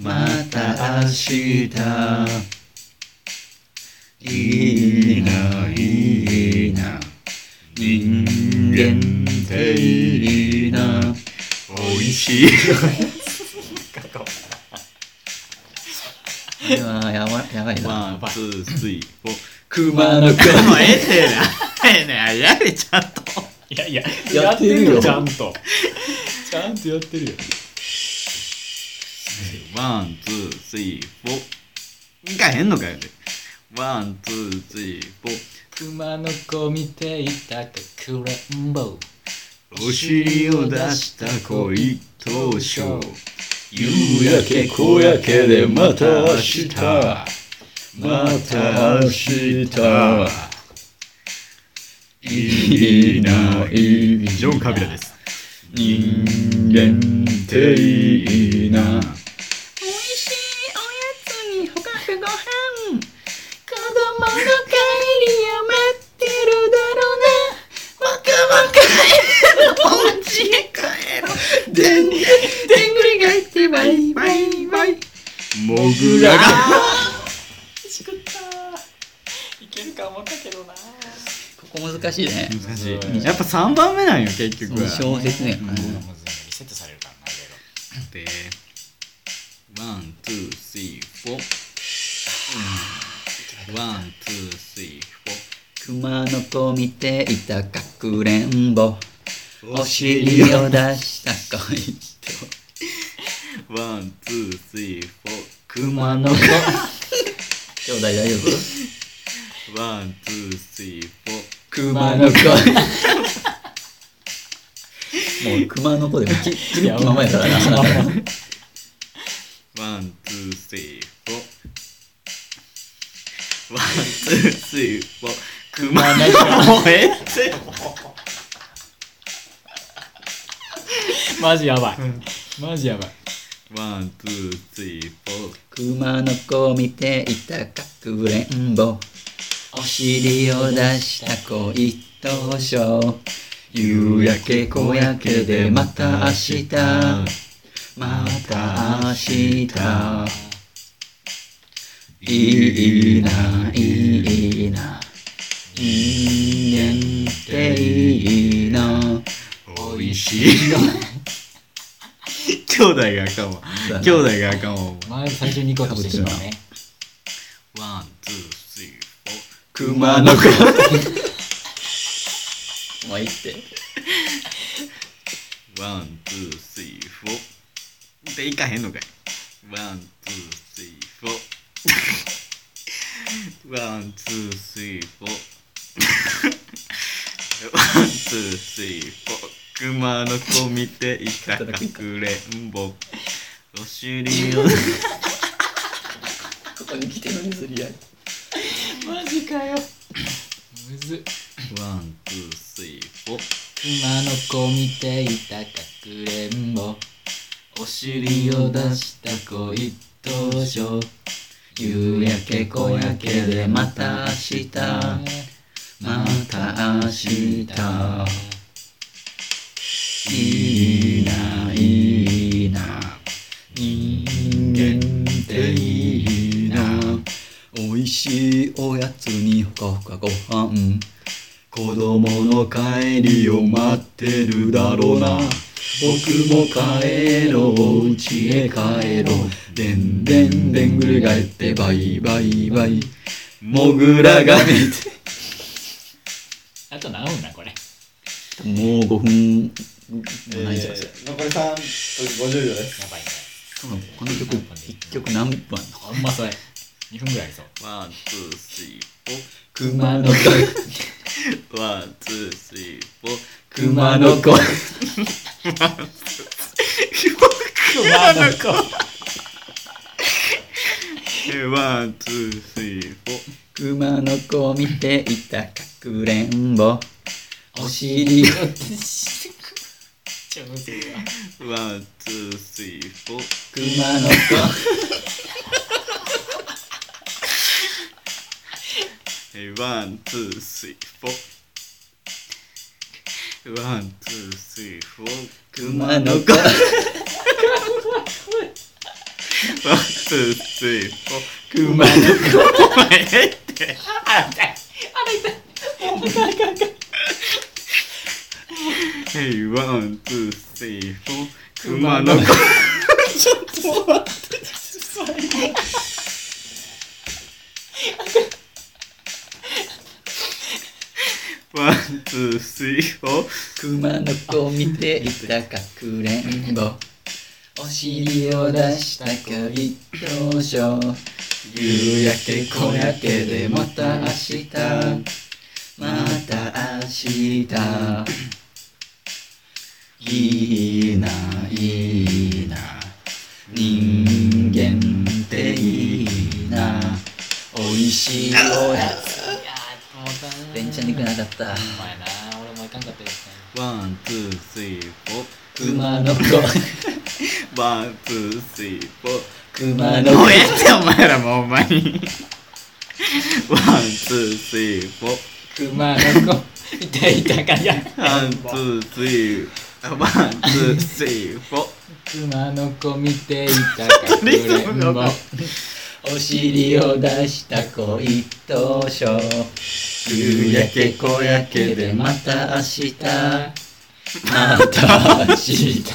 Speaker 3: また明日いいないいな人間っていいな
Speaker 1: おいしい
Speaker 3: これはやばやばいな
Speaker 1: ワンツースリーフォー
Speaker 3: 熊の
Speaker 1: もう
Speaker 3: 子
Speaker 1: ええてなええなやれちゃんと
Speaker 2: いやいや、
Speaker 3: やってるよ
Speaker 2: やちゃんと。ちゃんとやってるよ。
Speaker 1: ワン、ツー、スリー、フォー。いかへんのかよ、ね。ワン、ツー、スリー、フォー。
Speaker 2: 熊の子見ていたかくれんぼ。
Speaker 1: お尻を出した恋当初。
Speaker 3: 夕焼け小焼けでまた明日また明日いいないい
Speaker 1: ジョン・カビラです。
Speaker 3: 人間っていいな
Speaker 4: 美味しいおやつにほかふごはん子供の帰りを待ってるだろうな僕も帰るお家へ帰ろうでんでんでんぐり返ってバイバイバイ
Speaker 1: モグラが。
Speaker 2: しくった。いけるか思ったけどな。
Speaker 3: ここ難しいね
Speaker 1: 難しい。やっぱ3番目なんよ、結局は。
Speaker 3: 小説ね
Speaker 2: うんリセットされるからな、いろい
Speaker 1: で、
Speaker 2: ろ。
Speaker 1: ワン、ツー、スリー、フォー。ワン、ツー、スリー、フォー。
Speaker 3: 熊の子見ていたかくれんぼお尻を出した恋と
Speaker 1: ワン、ツー、スリー、フォー。
Speaker 5: 熊の子
Speaker 1: 兄弟大丈夫
Speaker 5: ワン、ツー、スリー、フォー。
Speaker 1: 熊の子。もう熊の子でもき、きりっきままやからな。
Speaker 5: ワン、ツー、スリー、フォー。ワン、ツー、スリー、フォー。熊の子。もうええって。
Speaker 2: マジやばい。マジやばい。
Speaker 5: ワン、ツー、スリー、フォー。
Speaker 1: 熊の子を見ていたかくれんぼ。お尻を出した恋当初。夕焼け小焼けでまた明日。また明日。いいな、いいな。人間っていいな。
Speaker 5: おいしい
Speaker 1: *laughs*
Speaker 5: の。兄弟があかんわ。兄弟があかんわ。
Speaker 2: まず最初に行こうとしてしまうね。
Speaker 5: ワン、ツー、スリー、フォー。
Speaker 1: 熊の子。もういいって。
Speaker 5: ワン、ツー、スリー、フォー。で、いかへんのかい。ワン、ツー、スリー、フォー。ワン、ツー、スリー、フォー。ワン、ツー、スリー、フォー。熊の子見ていたかくれんぼ。お尻を。
Speaker 1: ここに来ての譲り合い。
Speaker 2: マジかよ。むずっ。
Speaker 5: ワン、ツー、スリー、フォー。
Speaker 2: 熊の子見ていたかくれんぼ。
Speaker 5: お
Speaker 2: 身
Speaker 5: 尻
Speaker 2: を
Speaker 5: を
Speaker 2: 出
Speaker 5: 出し。
Speaker 2: した恋当初。
Speaker 1: 夕焼け小焼けでまた明日。また明日。いいな、いいな。人間っていいな。おいしいおやつにほかほかご飯。子供の帰りを待ってるだろうな僕も帰ろう家へ帰ろうでんでんでんぐる返ってバイバイバイモグラが見て
Speaker 2: あと何分だこれ。
Speaker 1: もう5分もないじゃないですか、
Speaker 6: 残り3分50秒です。
Speaker 2: やばいね。
Speaker 1: 多分この曲1曲何分あんの
Speaker 2: ほんまそれ。2分ぐらいありそう。
Speaker 5: ワン、ツー、スリー、フォー。
Speaker 1: 熊の子
Speaker 5: ワン、ツー、スリー、フォー。
Speaker 1: 熊の子
Speaker 2: 熊の子。
Speaker 5: ワン、ツー、スリー、フォー。
Speaker 1: 熊の子を見ていたかくれんぼお尻を
Speaker 2: ちょむずいわ。
Speaker 5: ワン、ツー、スリー、フォー。
Speaker 1: 熊の子
Speaker 5: ワン、ツー、スリー、フォー。ワン、ツー、スリー、フォー。
Speaker 1: 熊の子
Speaker 5: ワン、ツー、スリー、フォー。
Speaker 1: 熊の子
Speaker 5: お前、ええって。
Speaker 2: あ痛い。あ痛い。あかんあかん。
Speaker 5: えい、ワン、ツー、スリー、フォー。熊の子。ちょっと待って。ワン、ツー、スリー、フォー。
Speaker 1: 熊の子を見ていたかくれんぼお尻を出した恋当初夕焼け小焼けでまた明日また明日いいないいな人間っていいなおいしいおやつ
Speaker 2: いやーもういかんな。
Speaker 1: 電車に行くなかった
Speaker 2: お前な。俺もいかんかったですね。
Speaker 5: ワン、ツー、スリー、フォー。
Speaker 1: 熊の子
Speaker 5: ワン、ツー、スリー、フォー。
Speaker 1: 熊の
Speaker 5: も
Speaker 1: 子
Speaker 5: うええってお前らもうお前に。ワン、ツー、スリー、フォー。
Speaker 2: 熊の子。痛い痛いかや。
Speaker 5: ワン、ツー、スリー。あワン、ツー、スリー、フォー。
Speaker 2: 熊の子見ていたかく
Speaker 5: リズ
Speaker 2: れ
Speaker 5: ムが
Speaker 2: ん
Speaker 5: お
Speaker 2: ぼ
Speaker 5: か。
Speaker 1: お尻を出した恋当初夕焼け小焼けでまた明日また明日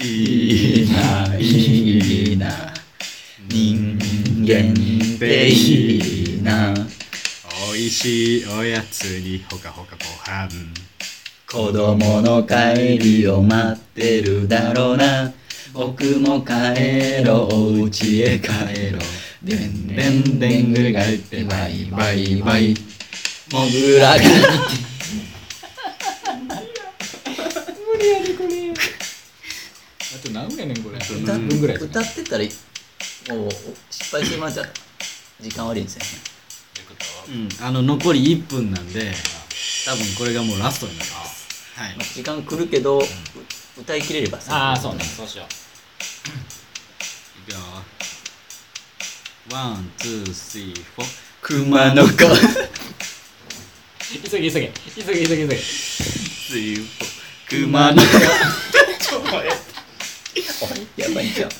Speaker 1: いいないいな人間っていいな
Speaker 5: おいしいおやつにほかほかご飯
Speaker 1: 子供の帰りを待ってるだろうな
Speaker 3: 僕も帰ろうお家へ帰ろうでんでんでんぐり返ってバイバイバイモグラがいて
Speaker 2: あと何やねんこれ
Speaker 3: 歌
Speaker 2: 何分ぐらいですか
Speaker 3: 歌ってたらもう失敗してました時間悪いんですよね
Speaker 1: うん、あの残り1分なんで多分これがもうラストになりますはい
Speaker 3: まあ時間来るけど、う歌いきれれば
Speaker 2: ああそうねそうしよう
Speaker 1: いくよワンツースリーフォー
Speaker 3: 熊の子
Speaker 2: 急げ急げ急げ急げ急げ
Speaker 1: スリーフォー
Speaker 3: 熊の子やばいじゃん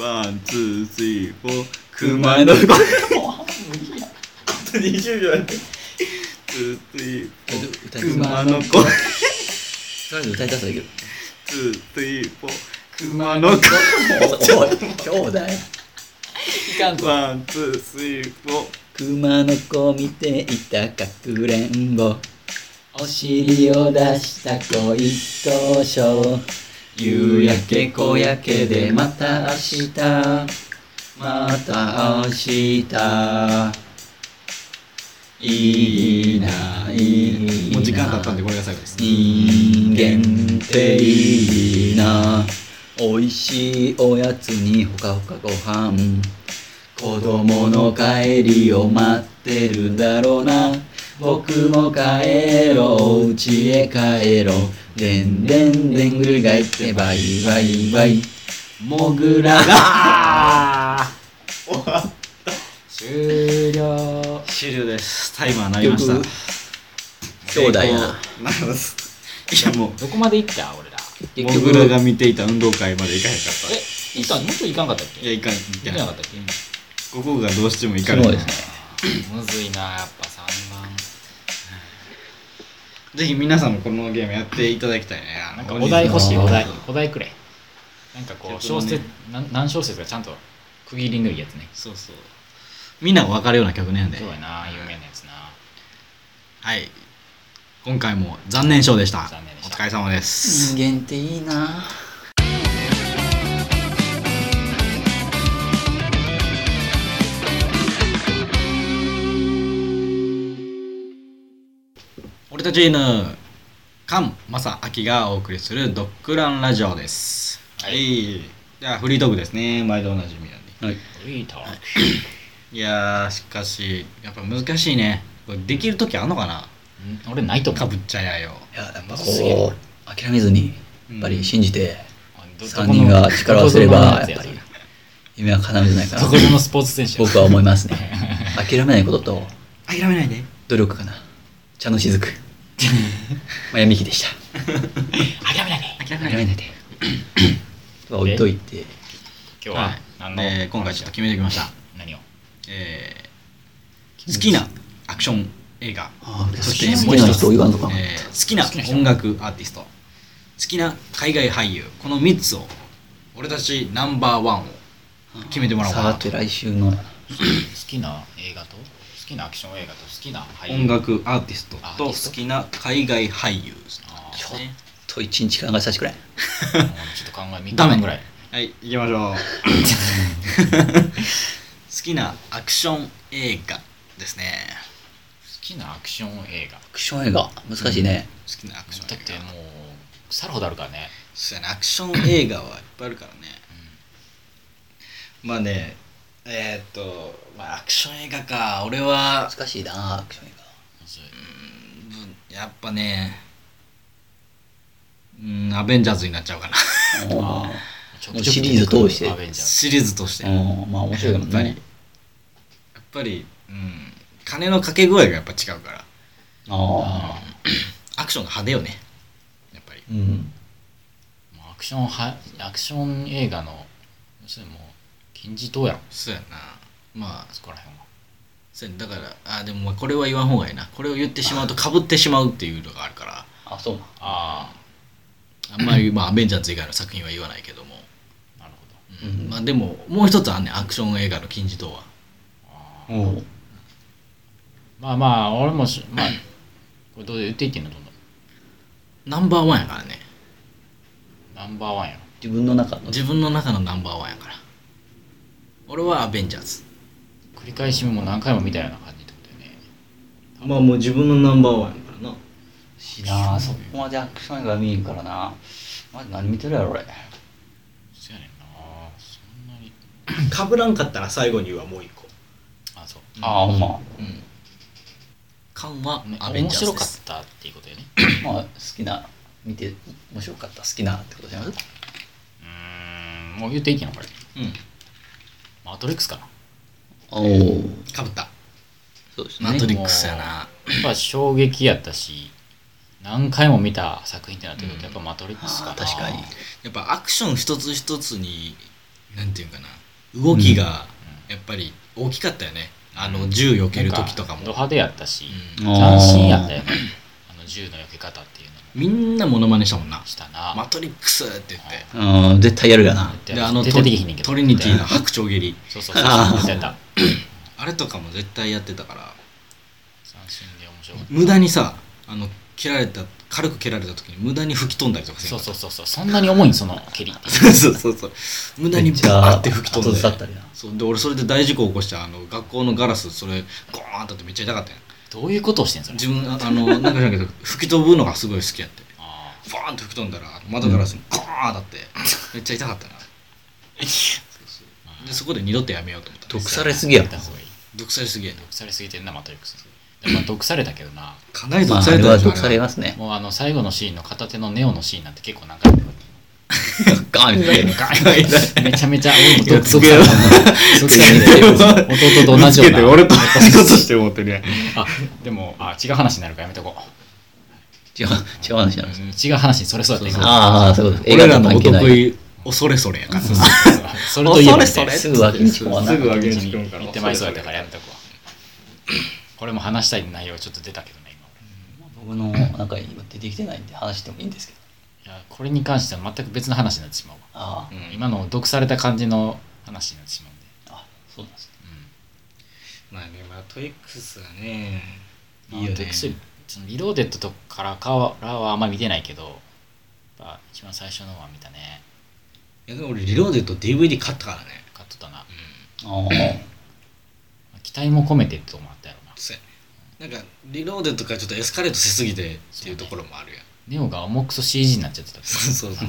Speaker 1: ワンツースリーフォー
Speaker 3: 熊の子
Speaker 5: と20秒やって
Speaker 1: ツースリー
Speaker 3: 熊の子とりあえず歌い出すだけ
Speaker 1: ツースリーフォー熊の子
Speaker 3: おい兄弟
Speaker 2: いかんぞ
Speaker 1: ワンツースリーフォー
Speaker 3: 熊の子見ていたかくれんぼお尻を出した子一等賞夕焼け小焼けでまた明日また明日いいないいな
Speaker 1: もう時間経ったんでこれが最後です
Speaker 3: 人間っていいな美味しいおやつにほかほかご飯子供の帰りを待ってるだろうな僕も帰ろうお家へ帰ろうでんでんでんぐり返ってバイバイバイモグラ
Speaker 2: あ終了
Speaker 1: 終了ですタイマー鳴りました
Speaker 3: よく兄弟やな
Speaker 1: なりますいやもう
Speaker 2: どこまで行った俺ら
Speaker 1: モグラが見ていた運動会まで行かへんかっ
Speaker 2: え行ったもうちょい行かんかったった
Speaker 1: い
Speaker 2: け
Speaker 1: やいかんい
Speaker 2: 行
Speaker 1: や
Speaker 2: けなかったっけ
Speaker 1: ここがどうしてもいか
Speaker 3: 昨
Speaker 1: ない
Speaker 3: 日ですね
Speaker 2: むずいなやっぱ3番
Speaker 1: ぜひ皆さんもこのゲームやっていただきたいねあ
Speaker 2: なんか
Speaker 1: の
Speaker 2: お題欲しい
Speaker 3: お
Speaker 2: お
Speaker 3: 題
Speaker 2: 題お題くれなんかこう
Speaker 1: 曲
Speaker 2: 小
Speaker 1: をね
Speaker 2: 説なん何小説かちゃんと区切りのいいやつね
Speaker 1: そうそうみんなが分かるような曲ねんで
Speaker 2: そうやな有名なやつな
Speaker 1: はい今回も残念賞でした
Speaker 2: 残念でした
Speaker 1: お疲れ様です、
Speaker 3: 人間っていいな
Speaker 1: 俺たち犬菅正明がお送りするドッグランラジオです
Speaker 2: はい
Speaker 1: いじゃあフリートークですね毎度おなじみなんで
Speaker 2: いいと
Speaker 1: いやーしかしやっぱ難しいねこれできる時あんのかな
Speaker 2: 俺ないと思
Speaker 1: か
Speaker 2: う
Speaker 1: ぶっちゃやよ
Speaker 3: いややっぱ
Speaker 2: すげ
Speaker 3: こう諦めずにやっぱり信じて、
Speaker 2: ど
Speaker 3: 三人が力を合わせれば
Speaker 2: どこのやつやそれ
Speaker 3: やっ夢は叶うんじゃないかな
Speaker 2: どこのスポーツ選手や
Speaker 3: 僕は思いま
Speaker 2: *laughs*
Speaker 3: すね諦めないことと
Speaker 1: 諦めないで
Speaker 3: 努力かな茶の *laughs* 雫まあ闇日でした
Speaker 2: 諦めないね
Speaker 1: 諦め
Speaker 3: 諦
Speaker 1: ないで
Speaker 3: めないでまあ置いといて
Speaker 2: 今日は何の
Speaker 1: えー今回ちょっと決めてきました
Speaker 2: 何を
Speaker 1: えー好きなアクション映画
Speaker 3: そ
Speaker 1: そ
Speaker 3: して
Speaker 1: して
Speaker 3: 好
Speaker 1: もう
Speaker 3: きな
Speaker 1: 一つ、
Speaker 3: 人を言わんのかな
Speaker 1: えー好きな音楽アーティスト好きな海外俳優この3つを俺たちナンバーワンを決めてもらおうか
Speaker 3: さ
Speaker 1: なと
Speaker 3: て来週の
Speaker 2: 好きな映画と好きなアクション映画と好きな俳優
Speaker 1: 音楽アーティスト
Speaker 2: アーテ
Speaker 1: と
Speaker 2: ィ
Speaker 1: 好
Speaker 2: スト
Speaker 1: きな海外俳優
Speaker 2: あ
Speaker 3: ち
Speaker 2: ー
Speaker 3: ょっと一日考えさせてくれ
Speaker 2: もうちょっと考え3日
Speaker 1: ダメ
Speaker 2: 間ぐらい
Speaker 1: はい行きましょう好きなアクション映画ですね
Speaker 2: 好きなアクション映画
Speaker 3: アクション映画難しいね、
Speaker 1: 好きなアクション
Speaker 2: だっ
Speaker 1: 映
Speaker 2: て
Speaker 1: 画
Speaker 2: もう腐るほどあるからね
Speaker 1: そうやねアクション映画はいっぱいあるからね、まあねえーっと、まあ、アクション映画か俺は
Speaker 3: 難しいなアクション映
Speaker 2: むずい
Speaker 1: うんやっぱねうんアベンジャーズになっちゃうかな *laughs*
Speaker 3: 画あ
Speaker 2: もう
Speaker 3: シリーズ通して
Speaker 2: アベンジャーズ
Speaker 1: シリーズとして、
Speaker 3: あ
Speaker 1: やっ
Speaker 3: うんまあ面白いからね
Speaker 1: ぱり、うん、金のかけ具合がやっぱ違うから
Speaker 3: ああ
Speaker 1: アクションが派手よねやっぱり
Speaker 3: うん
Speaker 2: もうアクションはアクション映画の要するにもう金字塔やろ
Speaker 1: そうやなまあ
Speaker 2: そこら辺は
Speaker 1: そうやねだからあでもまあこれは言わん方がいいなこれを言ってしまうとかぶってしまうっていうのがあるから
Speaker 3: あそうな
Speaker 2: あ
Speaker 1: あんま *laughs* り、まあ、アベンジャーズ以外の作品は言わないけども、
Speaker 2: あなるほど
Speaker 1: うんまあ、でももう一つあんねんアクション映画の金字塔は
Speaker 3: おう
Speaker 2: まあまあ俺もしまあこれどうで言っていっていいのどんどん
Speaker 1: ナンバーワンやからね
Speaker 2: ナンバーワンやろ
Speaker 3: 自分の中の
Speaker 5: 自分の中のナンバーワンやから俺はアベンジャーズ
Speaker 2: 繰り返しも何回も見たような感じってことだよね
Speaker 5: まあもう自分のナンバーワンやからな
Speaker 3: しなあそこまでアクション映画見えんからなマジ何見てるやろ俺
Speaker 2: そうやねんなそんなに
Speaker 5: かぶらんかったら最後にはもう一個
Speaker 2: あそう
Speaker 3: ああほんま
Speaker 5: うん缶は
Speaker 2: ね
Speaker 5: アベン
Speaker 2: 面
Speaker 5: ジャ
Speaker 2: 白
Speaker 5: ーズで
Speaker 2: かっ
Speaker 5: す
Speaker 2: たっていうことだよね
Speaker 3: まあ好きな見て面白かった好きなってことじゃないう
Speaker 2: ーんもう言っていいのこれ
Speaker 5: うん
Speaker 2: マトリックスかな
Speaker 3: おお
Speaker 5: かぶった
Speaker 3: そうです
Speaker 5: マトリックスやな
Speaker 2: やっぱ衝撃やったし何回も見た作品ってなってくるとやっぱマトリックスかな、
Speaker 3: あー確かに
Speaker 5: やっぱアクション一つ一つになんていうかな動きがやっぱり大きかったよね、あの銃避ける時とか
Speaker 2: なん
Speaker 5: も
Speaker 2: ド派手やったし、
Speaker 5: うん
Speaker 2: 斬新やったよねあの銃の避け方っていうの
Speaker 5: みんなモノマネしたもんな
Speaker 2: もした
Speaker 5: 「
Speaker 2: な
Speaker 5: マトリックス!」って言って
Speaker 3: うん絶対やるがな
Speaker 2: で
Speaker 5: であの
Speaker 2: 出
Speaker 5: ト
Speaker 2: て
Speaker 5: リ
Speaker 2: きひんねんけど
Speaker 5: トリニティの白鳥蹴り
Speaker 2: そうそうそう
Speaker 3: あー
Speaker 2: そうやった
Speaker 5: あれとかも絶対やってたから
Speaker 2: 斬新で面白かっ
Speaker 5: 無駄にさあの蹴られた軽く蹴られた時に無駄に吹き飛んだりとか
Speaker 2: た
Speaker 5: せん
Speaker 2: そ
Speaker 5: か
Speaker 2: う
Speaker 5: った
Speaker 2: そうそうそうそんなに重いんその蹴りって
Speaker 5: そうそうそうそう無駄にバーって吹き飛ん
Speaker 3: めっちゃ後ずさっ
Speaker 5: で
Speaker 3: たりな
Speaker 5: そうで俺それで大事故起こしてあの学校のガラスそれゴーンってめっちゃ痛かったやん
Speaker 2: どういうことをしてんそれ
Speaker 5: 自分ああのなんかじゃんけど吹き飛ぶのがすごい好きやって
Speaker 2: あー
Speaker 5: ファーンって吹き飛んだら窓ガラスにゴーンだってめっちゃ痛かった *laughs* なでそこで二度とやめようと思った
Speaker 3: 毒されすぎやろ
Speaker 2: た方がいい
Speaker 5: 毒されすぎやね
Speaker 2: 毒されすぎてんなマトリックスでまあ毒されたけどな
Speaker 5: かなり
Speaker 3: ま
Speaker 5: 毒
Speaker 3: あ
Speaker 5: さ
Speaker 3: あ
Speaker 5: れ
Speaker 3: れ
Speaker 5: た
Speaker 3: は
Speaker 5: でしょ
Speaker 3: 毒されますね
Speaker 2: もうあの最後のシーンの片手のネオのシーンなんて結構何回も
Speaker 3: ガンって
Speaker 2: めちゃめちゃ俺も
Speaker 3: いや
Speaker 2: 毒された毒された弟と同じような
Speaker 5: と同じことして思ってる
Speaker 3: *laughs*
Speaker 5: やん
Speaker 2: あでもあ違う話になるからやめとこ
Speaker 3: 違う違う話
Speaker 2: う
Speaker 3: なんです
Speaker 2: 違う話にそれそうだった今
Speaker 3: ああそうです映画
Speaker 5: 俺ら
Speaker 3: と
Speaker 5: のお
Speaker 3: 関係な
Speaker 5: 得
Speaker 3: い
Speaker 5: 意恐れそれやから
Speaker 2: そうそうそうそれといえばみたいな
Speaker 3: すぐ脇にちこはな
Speaker 7: すぐ上げる
Speaker 2: 言ってまいそうやったからやめとこうこれも話したい内容ちょっと出たけどね今
Speaker 3: 僕の中に今出てきてないんで話してもいいんですけど
Speaker 2: いやこれに関しては全く別の話になってしまうわ
Speaker 3: ああ
Speaker 2: 今の毒された感じの話になってしまうんで
Speaker 3: あそうなんですね
Speaker 5: まあねマトリックスはね
Speaker 2: うん
Speaker 5: いいよ
Speaker 2: まあ
Speaker 5: ね
Speaker 2: 毒するそのリローデッドとかからはあんまり見てないけどやっぱ一番最初のは見たね
Speaker 5: いやでも俺リローデッド DVD 買ったからね
Speaker 2: 買っとったな
Speaker 3: あ
Speaker 2: 期待も込めてって思ったやろな
Speaker 5: そうやねなんかリローデッドからちょっとエスカレートしすぎてっていうところもあるやん
Speaker 2: ネオが重くそ CG になっちゃってたけど
Speaker 5: *laughs* そうそうそう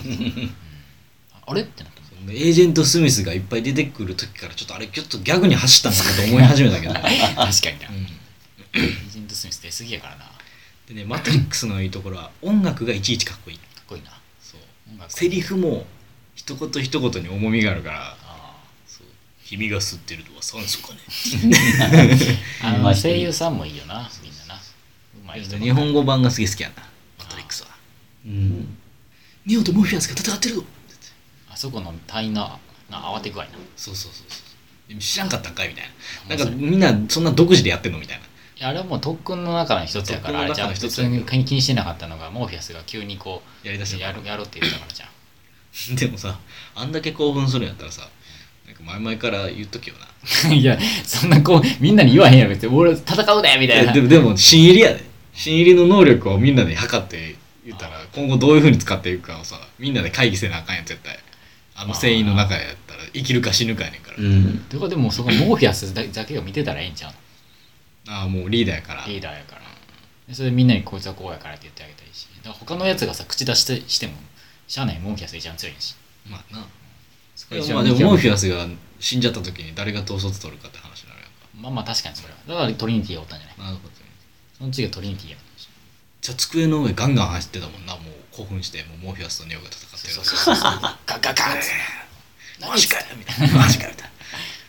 Speaker 2: あれってな
Speaker 5: *laughs*
Speaker 2: ったもん
Speaker 5: エージェント・スミスがいっぱい出てくる時からちょっとあれちょっとギャグに走ったのかと思い始めた *laughs* けど、ね
Speaker 2: 確かにな
Speaker 5: うん
Speaker 2: エージェント・スミス出すぎやからなか
Speaker 5: でねマトリックスのいいところは音楽がいちいちかっこいい
Speaker 2: っこいいな
Speaker 5: そう
Speaker 2: 音楽
Speaker 5: セリフも一言一言に重みがあるから
Speaker 2: あ
Speaker 5: そう君が吸ってるとは酸素かね
Speaker 2: ーあの声優さんもいいよなみんななうまい人ばっかり
Speaker 5: 日本語版がすげえ好きやなマトリックスは
Speaker 3: うん
Speaker 5: ネオとモフィアスが戦ってるぞ
Speaker 2: あそこの隊員のな慌て具合な
Speaker 5: そうそうそうそう知らんかったんかいみたいななん
Speaker 2: も
Speaker 5: か
Speaker 2: う
Speaker 5: みんなそんな独自でやってんのみたいない
Speaker 2: やあれはもう特訓の中の一つやからあれじゃん
Speaker 5: 特訓の中の一つ
Speaker 2: 別に気にしてなかったのがモーフィアスが急にこ
Speaker 5: やりだし
Speaker 2: う
Speaker 5: た
Speaker 2: や
Speaker 5: か
Speaker 2: るやろうって言ったからじゃん
Speaker 5: らでもさあんだけ興奮するんやったらさなんか前々から言っとけよない
Speaker 2: や、そんなこう、みんなに言わへんやろ、別に俺戦うでみたい
Speaker 5: え
Speaker 2: な。
Speaker 5: でもでも新入りやで新入りの能力をみんなで測って言ったら今後どういうふうに使っていくかをさみんなで会議せなあかんやん絶対あの船員の中やったら生きるか死ぬかやねんから
Speaker 3: うん
Speaker 2: てかでもそこモーフィアスだけを見てたらええんちゃうの
Speaker 5: ああもうリーダーやから
Speaker 2: リーダーやから。でそれでみんなにこいつはこうやからって言ってあげたいし。だから他のやつがさ、口出してしても、しゃあないモーフィアスが一番強いんやし。
Speaker 5: まあな
Speaker 2: そこ
Speaker 5: で
Speaker 2: 一
Speaker 5: も
Speaker 2: 番
Speaker 5: まあでもモーフィ
Speaker 2: ア
Speaker 5: アスが死んじゃった時に誰が統率取るかって話になるやんか
Speaker 2: まあまあ確かにそれは。だからトリニティがおったんじゃない
Speaker 5: なるほどね
Speaker 2: その次がトリニティやったんでしょ
Speaker 5: じゃあ机の上ガンガン走ってたもんなもう興奮してもうモーフィアスとネオが戦ってる
Speaker 2: そうそうそう。ガッガッガッって。
Speaker 5: マジかよみたいなマジかよみたいな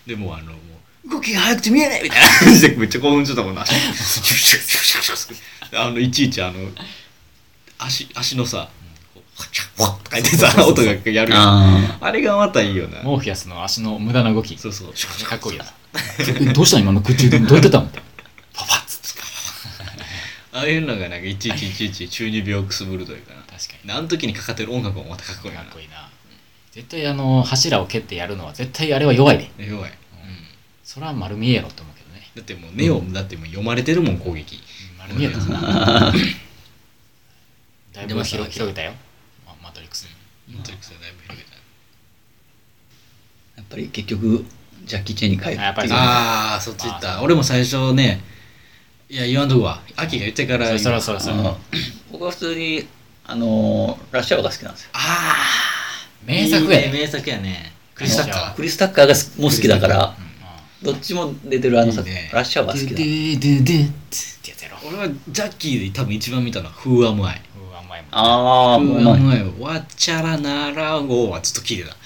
Speaker 5: でもうあのもう動きが速くて見えないみたいな感じでめっちゃ興奮してたもんなあのいちいちあの足足のさこうワッチャワッとか言ってさ音がやるあ
Speaker 3: あ
Speaker 5: あれがまたいいよな
Speaker 2: モーフィアスの足の無駄な動き。
Speaker 5: そうそう
Speaker 2: かっこいいやつ。どうした今の空中でどうやってたのって。パパッつって。
Speaker 5: ああいうのがなんかいちいちいちいち中二病くすぶるというかな
Speaker 2: 確かに。
Speaker 5: あの時にかかってる音楽もまたかっこいい
Speaker 2: か
Speaker 5: な
Speaker 2: っこいいな絶対あの柱を蹴ってやるのは絶対あれは弱いで
Speaker 5: 弱い、うん、
Speaker 2: それは丸見えやろと思うけどね
Speaker 5: だってもうネオ、だってもう読まれてるもん攻撃
Speaker 2: 丸見えだ *laughs* ぞな
Speaker 3: あ
Speaker 2: だい
Speaker 5: で
Speaker 2: ぶ
Speaker 5: も
Speaker 2: 広
Speaker 5: さ
Speaker 2: 広げたよまマトリックス
Speaker 5: マトリックスはだいぶ広げたね
Speaker 3: やっぱり結局ジャッキー・チェンに帰る
Speaker 2: あやっぱ
Speaker 3: っ
Speaker 2: り
Speaker 3: てい
Speaker 2: そうう
Speaker 5: ああそっち行った俺も最初ねいや言わんとこわ秋が言ってから
Speaker 2: そ
Speaker 5: 言
Speaker 2: う
Speaker 5: う
Speaker 2: そろそろそ
Speaker 3: あの
Speaker 2: ろ
Speaker 3: 僕は普通にあのーラッシュアワーが好きなんですよ
Speaker 5: ああ
Speaker 2: 名作や
Speaker 5: いいね
Speaker 2: ね
Speaker 5: 名作やねク
Speaker 2: ラ
Speaker 5: リ
Speaker 2: ッシ
Speaker 5: ス
Speaker 2: ュ
Speaker 5: タ
Speaker 2: アワ
Speaker 5: ッカ
Speaker 2: ー
Speaker 5: ー
Speaker 3: クリス・タッカーがすもう好きだから
Speaker 2: うんうん
Speaker 3: どっちも出てるあの作
Speaker 5: いいね
Speaker 3: ラッシュアワー好きだ
Speaker 2: ドゥドゥドゥってやつやろ
Speaker 5: 俺はジャッキーで多分一番見たのは「Who Am I」
Speaker 2: うわうまいもん
Speaker 3: ああも
Speaker 5: 「
Speaker 3: う
Speaker 5: Who
Speaker 3: うまい
Speaker 5: Am I」「わっちゃらならご」はずっと聞いてた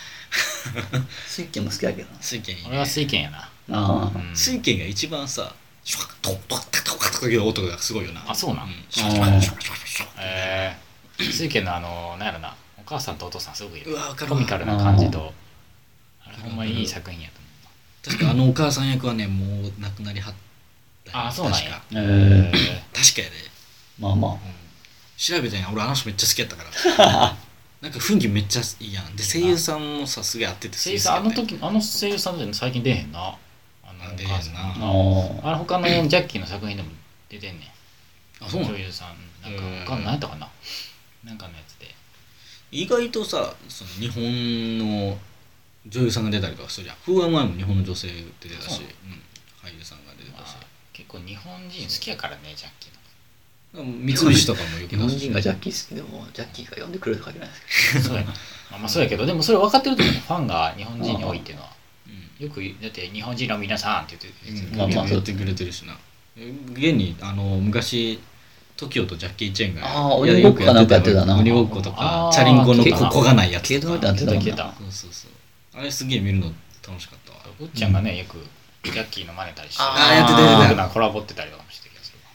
Speaker 3: スイッチも好きだけど
Speaker 5: 水拳いいね
Speaker 2: 俺は水拳やな
Speaker 3: ああ
Speaker 2: うん
Speaker 5: 水拳が一番さシュワッとッとッとッという音がすごいよな
Speaker 2: あそうなん
Speaker 5: うんシュワッシュワッシュワッシュワッシュワッ
Speaker 2: えー水拳のあのなんやろなお母さんとお父さんすごくいいう
Speaker 5: わわかるわ
Speaker 2: コミカルな感じとあれほんまいい作品やと思う
Speaker 5: 確かあのお母さん役はねもう亡くなりはったよ
Speaker 2: あそうなんや
Speaker 5: 確か
Speaker 3: えー
Speaker 5: 確かやで
Speaker 3: まあまあ
Speaker 5: 調べたんや俺あの人めっちゃ好きやったから
Speaker 3: *laughs*
Speaker 5: なんか雰囲気めっちゃいいやんで声優さんもさすげえ合ってて
Speaker 2: 声優さんあの
Speaker 5: すげえ好き
Speaker 2: 時あの声優さんで最近出へんなあのお
Speaker 5: 出へんな
Speaker 2: 母さん
Speaker 3: あー
Speaker 2: あれ他のジャッキーの作品でも出てんねん
Speaker 5: やったねあそうなの
Speaker 2: 女優さんなんか
Speaker 5: うん
Speaker 2: 他の何やったかななんかのやつで
Speaker 5: 意外とさその日本の女優さんが出たりとかするじゃん風は前も日本の女性で出てたし、
Speaker 2: そう
Speaker 5: うん俳優さんが出て
Speaker 2: ま
Speaker 5: たし
Speaker 2: あ結構日本人好きやからねジャッキー
Speaker 5: *laughs*
Speaker 2: の
Speaker 5: 三菱とかもよ
Speaker 3: 日
Speaker 5: く
Speaker 3: 本
Speaker 5: 出
Speaker 3: 人
Speaker 5: し
Speaker 3: がジャッキー好きでもジャッキーが呼んでくれるとかじゃないですか
Speaker 2: そうやな。まあ、まあそうやけど、でもそれ分かってると思うね。ファンが日本人に多いっていうのは。よく言う、だって日本人の皆さんって言って言って
Speaker 5: うん
Speaker 2: る
Speaker 3: ま
Speaker 5: まあ
Speaker 3: あ
Speaker 5: ま
Speaker 3: ま
Speaker 5: あ
Speaker 3: あ
Speaker 5: やってくれてるしな現にあの昔 TOKIO とジャッキー・チェンが
Speaker 3: あー鬼ごっこかなんかやってたな
Speaker 5: 鬼ごっことか
Speaker 2: あー
Speaker 5: チャリンコの
Speaker 2: 聞い
Speaker 5: こ
Speaker 2: たな
Speaker 5: こがないやつ
Speaker 3: 軽度のやつ
Speaker 2: 言
Speaker 3: や
Speaker 2: っ
Speaker 3: っててた
Speaker 2: た
Speaker 3: もんな
Speaker 5: そうそうそうあれすげえ見るの楽しかったわ
Speaker 2: うっちゃんがね、よくジャッキーの真似たりして、
Speaker 3: あ
Speaker 5: ーやってたやってた
Speaker 2: なコラボってたりとかもしてるけど、それは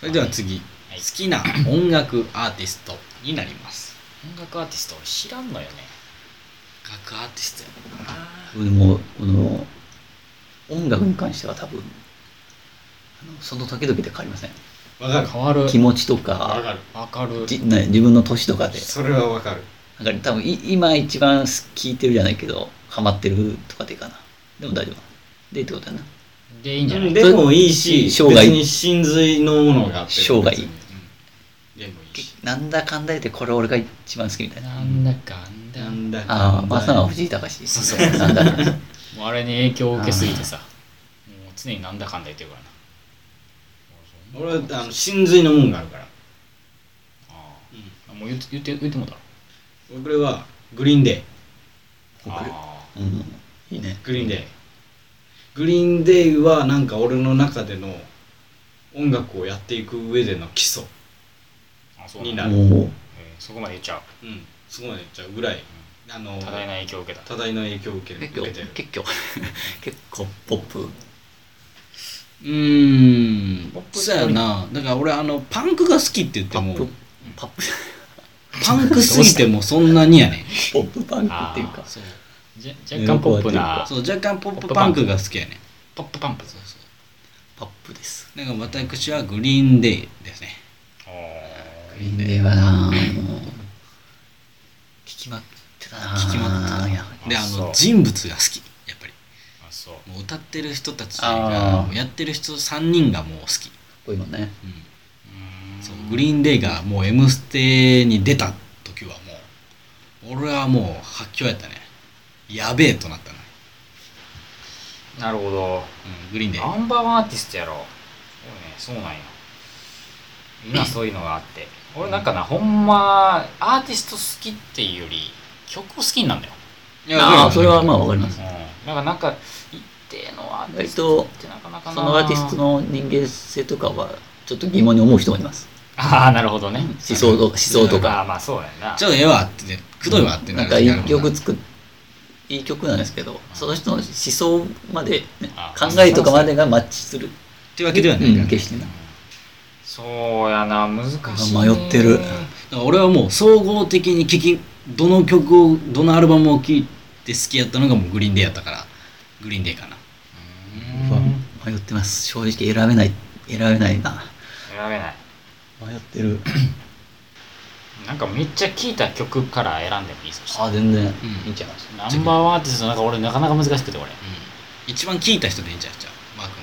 Speaker 5: それでは次好
Speaker 2: はい
Speaker 5: きな音楽アーティストになります
Speaker 2: 音楽アーティスト俺知らんのよね。
Speaker 5: 音楽アーティストやな
Speaker 3: でもこの音楽に関しては多分あのその時々で変わりません
Speaker 8: わかる
Speaker 2: 変わる。
Speaker 3: *laughs* 気持ちと
Speaker 8: わ
Speaker 3: か
Speaker 8: かる
Speaker 2: わかる。
Speaker 3: じ *laughs* な自分の年とかで
Speaker 8: それはわかる
Speaker 3: なんか多分い今一番聴いてるじゃないけどハマってるとかでいいかなでも大丈夫でってことやな
Speaker 2: で、いいんじゃない
Speaker 3: でも
Speaker 5: いい
Speaker 3: し生涯別に
Speaker 5: 真髄のものがあ
Speaker 3: って生涯別に
Speaker 5: でもいいし
Speaker 3: なんだかんだ言ってこれ俺が一番好きみたいな
Speaker 2: なんだかんだ。
Speaker 5: なんだ
Speaker 3: ああ松永藤井隆
Speaker 5: そうそう
Speaker 3: なんだかんだ
Speaker 2: もうあれに影響を受けすぎてさ、もう常になんだかんだ言ってるからな。
Speaker 5: 俺はあの真髄のものがあるから
Speaker 2: あーもう言って言って言ってもうたろ。
Speaker 5: 僕れはグリーンデイ
Speaker 2: あ
Speaker 3: うんいいね
Speaker 5: グリーンデイグリーンデイはなんか俺の中での音楽をやっていく上での基礎、
Speaker 2: ーあ、そう
Speaker 5: に
Speaker 2: ん
Speaker 5: な
Speaker 2: だ
Speaker 5: る
Speaker 3: おお
Speaker 2: えーそこまで言っちゃう。
Speaker 5: うん、すごいねじゃあぐらいあの
Speaker 2: 多大な影響を受けた。
Speaker 5: 多大な影響を受け
Speaker 3: 結
Speaker 5: 受
Speaker 3: 構
Speaker 5: けてる
Speaker 3: 結構 *laughs* 結構ポップ
Speaker 5: うーん
Speaker 2: ポップ
Speaker 5: そうやなだから俺あのパンクが好きって言って
Speaker 3: パッ
Speaker 5: も
Speaker 3: プパップ
Speaker 5: パンクすぎてもそんなにやねん
Speaker 3: ポップパンクっていうか
Speaker 5: そう
Speaker 2: じゃ若干ポップな。
Speaker 5: そう若干ポップパンクが好きやねん
Speaker 2: ポップパンプ。
Speaker 5: そうそう
Speaker 3: パップです
Speaker 5: だから私はグリーンデイですね
Speaker 3: グリーンデーはなもう聞きまくってたな
Speaker 5: 聞きまくってた
Speaker 3: いや
Speaker 5: であ
Speaker 2: そ
Speaker 5: の
Speaker 2: う
Speaker 5: 人物が好きやっぱり
Speaker 2: あそう。
Speaker 5: もう歌ってる人たち
Speaker 3: あ
Speaker 5: が
Speaker 3: ー
Speaker 5: もうやってる人3人がもう好き、
Speaker 3: こういうのね
Speaker 5: うん
Speaker 2: う
Speaker 5: そうグリーンデイがもう「M ステ」に出た時はもう俺はもう発狂やったねやべえとなったね、
Speaker 2: ーんなるほど。
Speaker 5: うん、グリーンデイ
Speaker 2: ナンバーワンアーティストやろ。そうね、そうなんや。今そういうのがあって。俺なんかな、ほんま、アーティスト好きっていうより、曲好きになるんだよ。
Speaker 3: ああそれはまあわかります
Speaker 2: うん。なんか、なんか、一定のアーティ
Speaker 3: 割
Speaker 2: スト
Speaker 3: と
Speaker 2: ってなかなか
Speaker 3: そ
Speaker 2: な。
Speaker 3: のアーティスト。の人間性とかはちょっと疑問に思う人もいます
Speaker 2: ああ、なるほどね。
Speaker 3: 思想と思想と
Speaker 2: ああ、
Speaker 3: か
Speaker 2: まあそうやな。
Speaker 5: ちょっとええわってねくどいわって
Speaker 3: なんかいい曲作っいい曲なんですけどその人の思想までね、
Speaker 2: あ
Speaker 3: 考えとかまでがマッチする
Speaker 5: ってわけではないから
Speaker 3: うん決してな
Speaker 2: そうやな、難しいね。
Speaker 3: 迷ってる
Speaker 5: だから俺はもう総合的に聴きどの曲をどのアルバムを聴いて好きやったのがもうグリーンデイやったからグリーンデイかな
Speaker 2: うん
Speaker 3: 迷ってます正直選べない選べないな
Speaker 2: 選べない。
Speaker 3: 迷ってる
Speaker 2: なんかめっちゃ聴いた曲から選んでもいいそしたら
Speaker 3: あ全然、
Speaker 5: ん
Speaker 3: いいんちゃいます
Speaker 2: ナンバーワンアーティストなんか俺なかなか難しくて俺。
Speaker 5: うん一番聴いた人でいいんちゃうじゃあマー君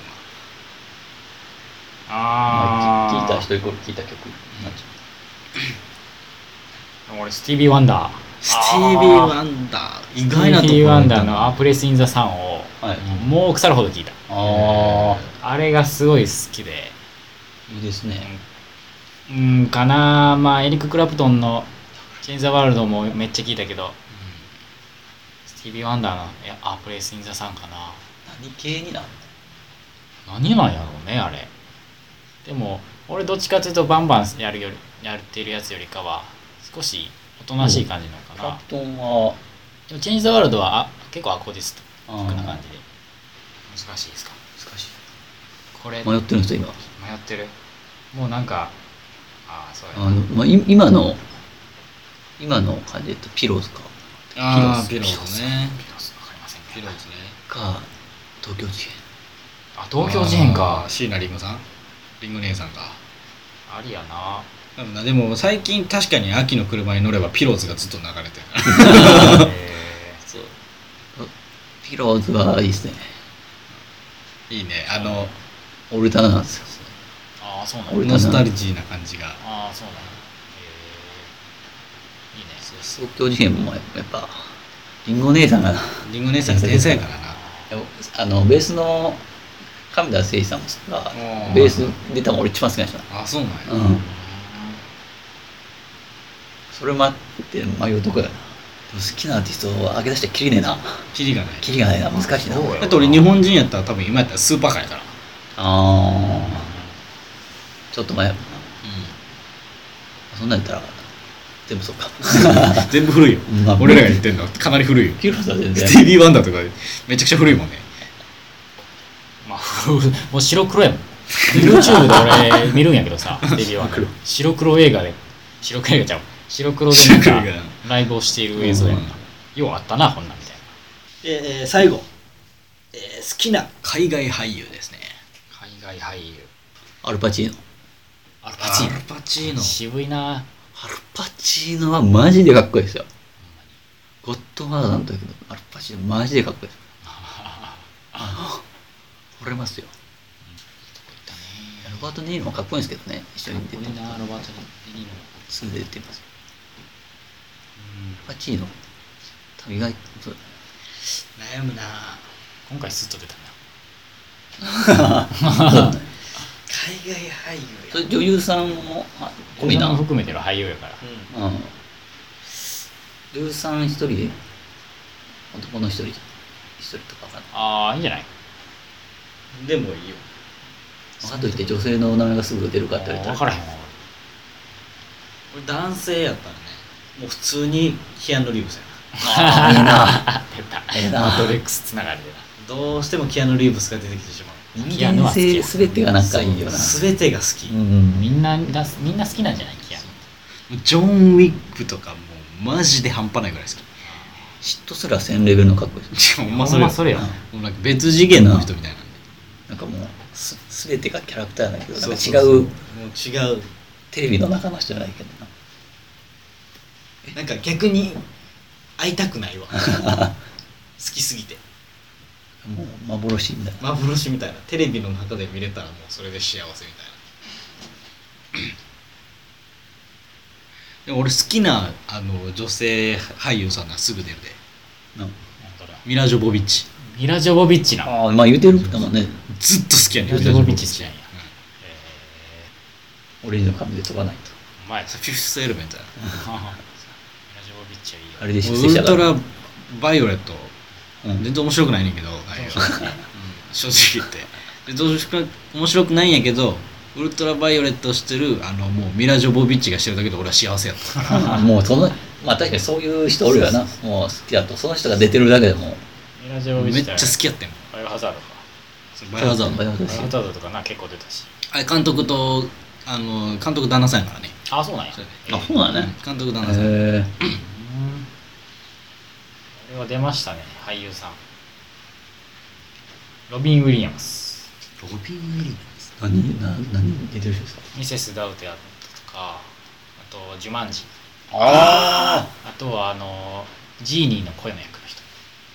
Speaker 2: あ
Speaker 5: は
Speaker 3: 聞いた
Speaker 2: 人。
Speaker 3: 人イコール聞いた曲
Speaker 5: なん
Speaker 3: な
Speaker 5: ち
Speaker 3: ち
Speaker 2: 俺スティービー・ワンダー。
Speaker 3: スティービー・ワンダー意外なところ
Speaker 2: ビー・ワンダーの「アプレス・イン・ザ・サン」を
Speaker 3: はい
Speaker 2: もう腐るほど聞いた
Speaker 3: あ
Speaker 2: あれがすごい好きで
Speaker 3: あいいですね
Speaker 2: うんかなまあエリック・クラプトンの「チェンザ・ワールド」もめっちゃ聞いたけどスティービー・ワンダーのいや「アプレス・イン・ザ・サン」かな
Speaker 9: 何系になる
Speaker 2: 何なんやろうねあれでも俺どっちかっていうとバンバンやるよりやってるやつよりかは少しおとなしい感じなのか
Speaker 9: の
Speaker 2: な、
Speaker 9: ラプトンは
Speaker 2: でもチェンジ・ザ・ワールドはあ結構アコーディスト
Speaker 3: あ
Speaker 2: ックな感
Speaker 3: ー
Speaker 2: じで難しいですか
Speaker 9: 難しい
Speaker 2: これ迷
Speaker 3: 迷ってる人今
Speaker 2: ってるもうなんかああそうや
Speaker 3: あの、まあ、い今の今の感じで言うとピローズか
Speaker 5: あーピロ
Speaker 2: ピロー
Speaker 5: ー
Speaker 2: ズ
Speaker 5: ズね
Speaker 2: ピローズわかりません
Speaker 5: ピ
Speaker 2: け
Speaker 5: ロ
Speaker 2: ど
Speaker 5: ーズね
Speaker 3: か東京事
Speaker 2: あ東京事変か
Speaker 5: あー椎名林檎さんリンゴ姉さんか
Speaker 2: ありや
Speaker 5: *laughs*
Speaker 2: な
Speaker 5: 多分なでも最近確かに秋の車に乗ればピローズがずっと流れてる *laughs*
Speaker 2: えー
Speaker 3: 変ピローズはいいですね
Speaker 5: いいねあの
Speaker 3: オルタナなんですよ
Speaker 2: ああそうなんや
Speaker 3: 俺た
Speaker 5: ノ
Speaker 3: ち
Speaker 5: スタルジーな感じが
Speaker 2: ああそうなんやえーいいね
Speaker 3: 東京事変もやっぱリンゴ姉さんが
Speaker 5: リンゴ姉さん天才やからな
Speaker 3: あのベースの亀田誠一さんもそうだ
Speaker 5: うん
Speaker 3: ベースで多分俺一番好きな人だ
Speaker 5: あそうなんや、
Speaker 3: うんそれもあって迷うとこやなでも好きなアーティストを上げ出したらキリねえな
Speaker 5: キリがない
Speaker 3: キリがないな難しいな
Speaker 2: そうや
Speaker 5: だって俺日本人やったら多分今やったらスーパーカーやから
Speaker 3: あーちょっと前やもんなそんなんやったら全部そうか
Speaker 5: 全部古いよ
Speaker 3: まあ
Speaker 5: *laughs* 俺らが言ってんのはかなり古いよ
Speaker 3: ピローズは全
Speaker 5: スティ
Speaker 3: 然
Speaker 5: ービー・ワンダーとかめちゃくちゃ古いもんね
Speaker 2: まあ、 *laughs* もう白黒やもん。YouTube で俺見るんやけど
Speaker 5: *laughs*
Speaker 2: さ、デビューは
Speaker 3: 黒。
Speaker 2: 白黒映画で、白黒映画ちゃうわ白黒でなん
Speaker 5: 白
Speaker 2: か
Speaker 5: 黒映
Speaker 2: ライブをしている映像やん
Speaker 5: うん
Speaker 2: か。ようあったな、こんなんみたいな。
Speaker 3: えー最後、えー好きな海外俳優ですね
Speaker 2: 海外俳優。
Speaker 3: アルパチーノ
Speaker 2: アルパチー
Speaker 5: アルパチー
Speaker 2: ノ。
Speaker 5: ノ
Speaker 2: 渋いな。 *laughs*
Speaker 3: アルパチーノはマジでかっこいいですよゴッドファーザーの時のアルパチーノマジでかっこいいですあの惚れますよロバート・ネイルもかっこいいんですけどね一緒に出て
Speaker 2: 渋いな、ロバート・デ・ニーロ。
Speaker 3: 住んで出てますアルパチーノ多分意外と
Speaker 5: 悩むな
Speaker 2: 今回スッと出たな。
Speaker 5: 海外俳優
Speaker 3: それ女優さんもあ込み
Speaker 2: 俺
Speaker 3: な
Speaker 2: も含めての俳優やから。
Speaker 3: うん女優さん一人で男の一人一人とかわかんない
Speaker 2: ああ、いいんじゃない
Speaker 5: でもいいよ
Speaker 3: かといって女性の名前がすぐ出るかって言われた
Speaker 2: 分からへんわ。
Speaker 5: 俺男性やったらねもう普通にキアヌ・リーブスやな
Speaker 3: ああいいな
Speaker 2: *laughs* 出た。
Speaker 3: ええな
Speaker 2: マトレックスつながりでな。
Speaker 5: どうしてもキアヌ・リーブスが出てきてしまう
Speaker 3: 人間性すべてがなんかいいよな
Speaker 5: 全てが好き、
Speaker 3: うん
Speaker 2: みんなだすみんな好きなんじゃないキアヌ
Speaker 5: ジョン・ウィックとかもうマジで半端ないぐらい好
Speaker 3: 嫉妬すらせんレベルのかっこいいです
Speaker 5: き
Speaker 2: ほんまそれや
Speaker 3: うん
Speaker 5: もうなんか別次元の人みたいな
Speaker 3: なんかもうすすべてがキャラクターだけどなんか
Speaker 5: そうそう
Speaker 3: 違う
Speaker 5: そうもう違う
Speaker 3: テレビの中の人じゃないけどな
Speaker 5: なんか逆に会いたくない *laughs* わ好きすぎて
Speaker 3: もう幻みたいな
Speaker 5: 幻みたいなテレビの中で見れたらもうそれで幸せみたいな *clears throat* でも俺好きなあの女性俳優さんがすぐ出るでミラ・ジョボビッチ
Speaker 2: ミラ・ジョボビッチな
Speaker 3: ああまあ言うてるだもんね
Speaker 5: ずっと好きやね
Speaker 2: ミラ・ジョボビッチ好きなんや
Speaker 3: オレンジの髪で飛ばないと
Speaker 2: お前ミ *laughs*
Speaker 5: フィフスエレメントやな
Speaker 2: ラ・ジョボビッチはいいよ
Speaker 3: あれで
Speaker 5: もうウ
Speaker 3: 出
Speaker 5: ル
Speaker 3: 社
Speaker 5: ト
Speaker 3: だ
Speaker 5: ラバイオレット
Speaker 3: うん
Speaker 5: 全然面白くないねんけど、あれはうん正直言って全然面白く面白くないんやけどウルトラバイオレットをしてるあのもうミラ・ジョボビッチがしてるだけで俺は幸せや *laughs* ったから
Speaker 3: *laughs* もうそのまあ確かにそういう人おるよなもう好きだとその人が出てるだけでも
Speaker 2: ミラ・ジョボビッ
Speaker 5: め
Speaker 2: チ
Speaker 5: っちゃ好きやってんもん
Speaker 2: バイオハザードか
Speaker 5: バイオハザード
Speaker 3: バイオハザード
Speaker 2: バイオハザードとかな結構出たし
Speaker 5: あれ監督とあの監督旦那さんやからね
Speaker 2: あそうなんや
Speaker 5: そうね
Speaker 3: あそうだね
Speaker 5: 監督旦那さん、
Speaker 3: へえ
Speaker 2: うんこれは出ましたね俳優さんロビン・ウィリアムス
Speaker 5: ロビン・ウィリアムス
Speaker 3: 何な何に出てる人ですか
Speaker 2: ミセス・ダウトやったとかあとジュマンジ
Speaker 3: ああ
Speaker 2: あとはあのジーニーの声の役の人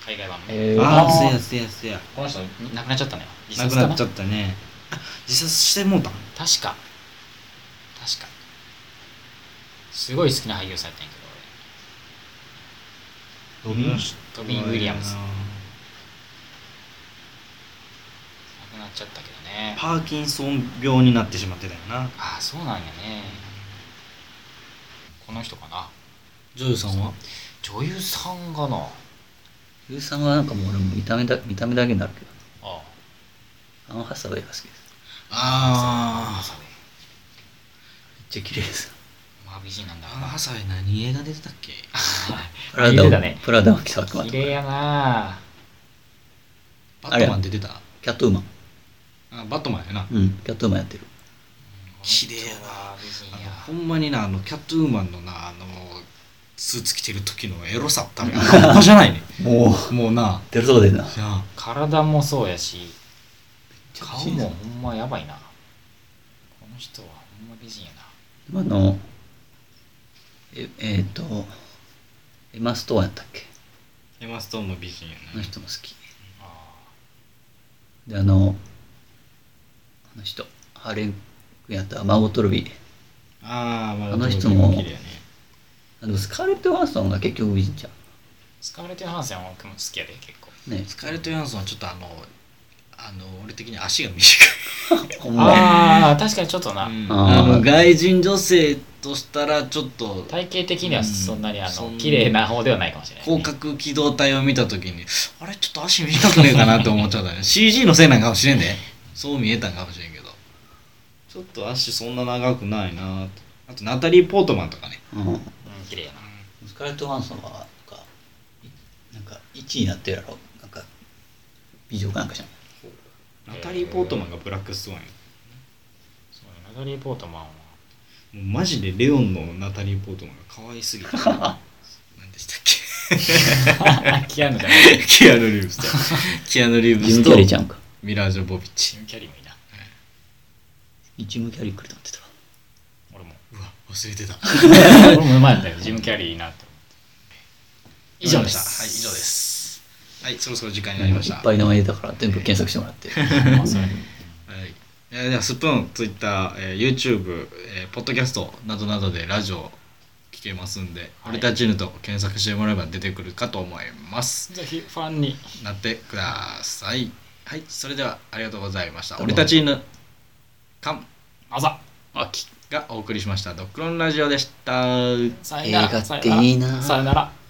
Speaker 2: 海外版の
Speaker 3: えー、
Speaker 5: あ
Speaker 3: あ
Speaker 5: あせやせやせや
Speaker 2: この人亡くなっちゃったのよ自
Speaker 5: な
Speaker 2: 殺
Speaker 5: く
Speaker 2: かな
Speaker 5: なっちゃったねあ自殺してもうたん
Speaker 2: 確か確かすごい好きな俳優さんやったんやけど
Speaker 5: ロビン・
Speaker 2: トビン・ウィリアムス亡くなっちゃったけどね
Speaker 5: パーキンソン病になってしまってたよな
Speaker 2: ああそうなんやねこの人かな
Speaker 5: 女優さんは
Speaker 2: 女優さんがなあ
Speaker 3: ゆうさんはなんかもう俺も見た目だ見た目だけになるけど
Speaker 2: あ
Speaker 3: あのハサウェイが好きです
Speaker 5: ああ
Speaker 3: めっちゃ綺麗です
Speaker 2: まあ美人なんだ
Speaker 5: あのハサウェイ何映画出てたっけ
Speaker 3: プラダ
Speaker 2: 綺
Speaker 3: を、
Speaker 2: 麗だね
Speaker 3: プラダを着た悪魔と
Speaker 2: 綺
Speaker 3: かキ
Speaker 2: 麗やなあ
Speaker 5: バットマン出てた
Speaker 3: ャットウーマン
Speaker 5: あバットマンやな
Speaker 3: うんキャットウーマンやってる
Speaker 5: 綺麗やな
Speaker 2: な美人
Speaker 5: あの
Speaker 2: や
Speaker 5: ほんまになあのキャットウーマンのなあのスーツ着てる時のエロさ *laughs* ったら半端じゃないね
Speaker 3: もう
Speaker 5: もうな
Speaker 3: 出るそうでんな
Speaker 5: じゃあ
Speaker 2: 体もそうやし顔
Speaker 3: 美人
Speaker 2: もほんまやばいなこの人はほんま美人やな
Speaker 3: あのええっ、とエマ・ストーンやったっけ
Speaker 5: エマストーンも美人や
Speaker 3: あの人も好き
Speaker 2: あ
Speaker 3: であのあの人ハーレンクやった孫トルビー
Speaker 5: ああ、ま
Speaker 3: あの人も
Speaker 5: 綺麗ね
Speaker 3: あでもスカーレット・ヨハンソンが結局美人じゃ
Speaker 2: スカーレット・ヨハンセンは僕も好きやで結構
Speaker 3: んね
Speaker 5: スカーレット・ヨハンソンはちょっとあのあの俺的に足が短い、
Speaker 3: ほんま
Speaker 2: ああ確かにちょっとな、
Speaker 5: あ
Speaker 3: あー
Speaker 5: の外人女性としたらちょっと
Speaker 2: 体型的にはそんなにあ
Speaker 5: そ
Speaker 2: の
Speaker 5: んな
Speaker 2: 綺麗な方ではないかもしれない、
Speaker 5: 広角機動隊を見た時にあれちょっと足短くねえかなって思っちゃった
Speaker 2: *laughs*
Speaker 5: ね CG のせいなんかもしれんでそう見えたんかもしれんけどちょっと足そんな長くないなってあとナタリー・ポートマンとかね
Speaker 3: うん
Speaker 2: うん綺麗やな
Speaker 3: スカーレット・ヨハンソンはなんかいなんか1位になってるやろなんか美女かなんかじゃん
Speaker 5: ナタリー・ポートマンがブラックスワンよ
Speaker 2: そうやナタリー・ポートマンは *laughs*
Speaker 5: もうマジでレオンのナタリー・ポートマンが可
Speaker 2: *laughs*
Speaker 5: 愛すぎて何でしたっけ
Speaker 2: キアヌ
Speaker 5: *laughs*
Speaker 2: じゃない
Speaker 5: キアヌ・リーブスと
Speaker 2: *laughs*
Speaker 5: キアヌ・リーブ
Speaker 3: ジ
Speaker 5: ス
Speaker 3: ム・キャリー
Speaker 5: と
Speaker 3: ちゃんか
Speaker 5: ミラージョ・ボビッ
Speaker 2: ジ
Speaker 5: チ
Speaker 2: ム・キャリーもいいな
Speaker 3: ジム・キャリー来ると思ってたわ
Speaker 2: 俺も
Speaker 5: うわ忘れてた
Speaker 2: 俺も前だったよジム・キャリーいいなって思って以上でした
Speaker 5: はい以上ですはいそろそろ時間になりまし
Speaker 3: い
Speaker 5: た
Speaker 3: っぱい名前だから全部検索してもらって
Speaker 2: まあそれ
Speaker 5: はいえーではスプーン、ツイッター、えー、YouTube、えー、ポッドキャストなどなどでラジオ聞けますんで、
Speaker 2: はい
Speaker 5: 俺たちぬと検索してもらえば出てくるかと思います。
Speaker 2: ぜひファンに
Speaker 5: なってください。はい、それではありがとうございました。
Speaker 3: どうも
Speaker 5: 俺たちぬカン
Speaker 2: あざ
Speaker 5: アキがお送りしました。ドックロンラジオでした。
Speaker 2: さよ
Speaker 3: 映
Speaker 2: な
Speaker 3: 画
Speaker 2: ら
Speaker 3: っていいな
Speaker 2: さよなら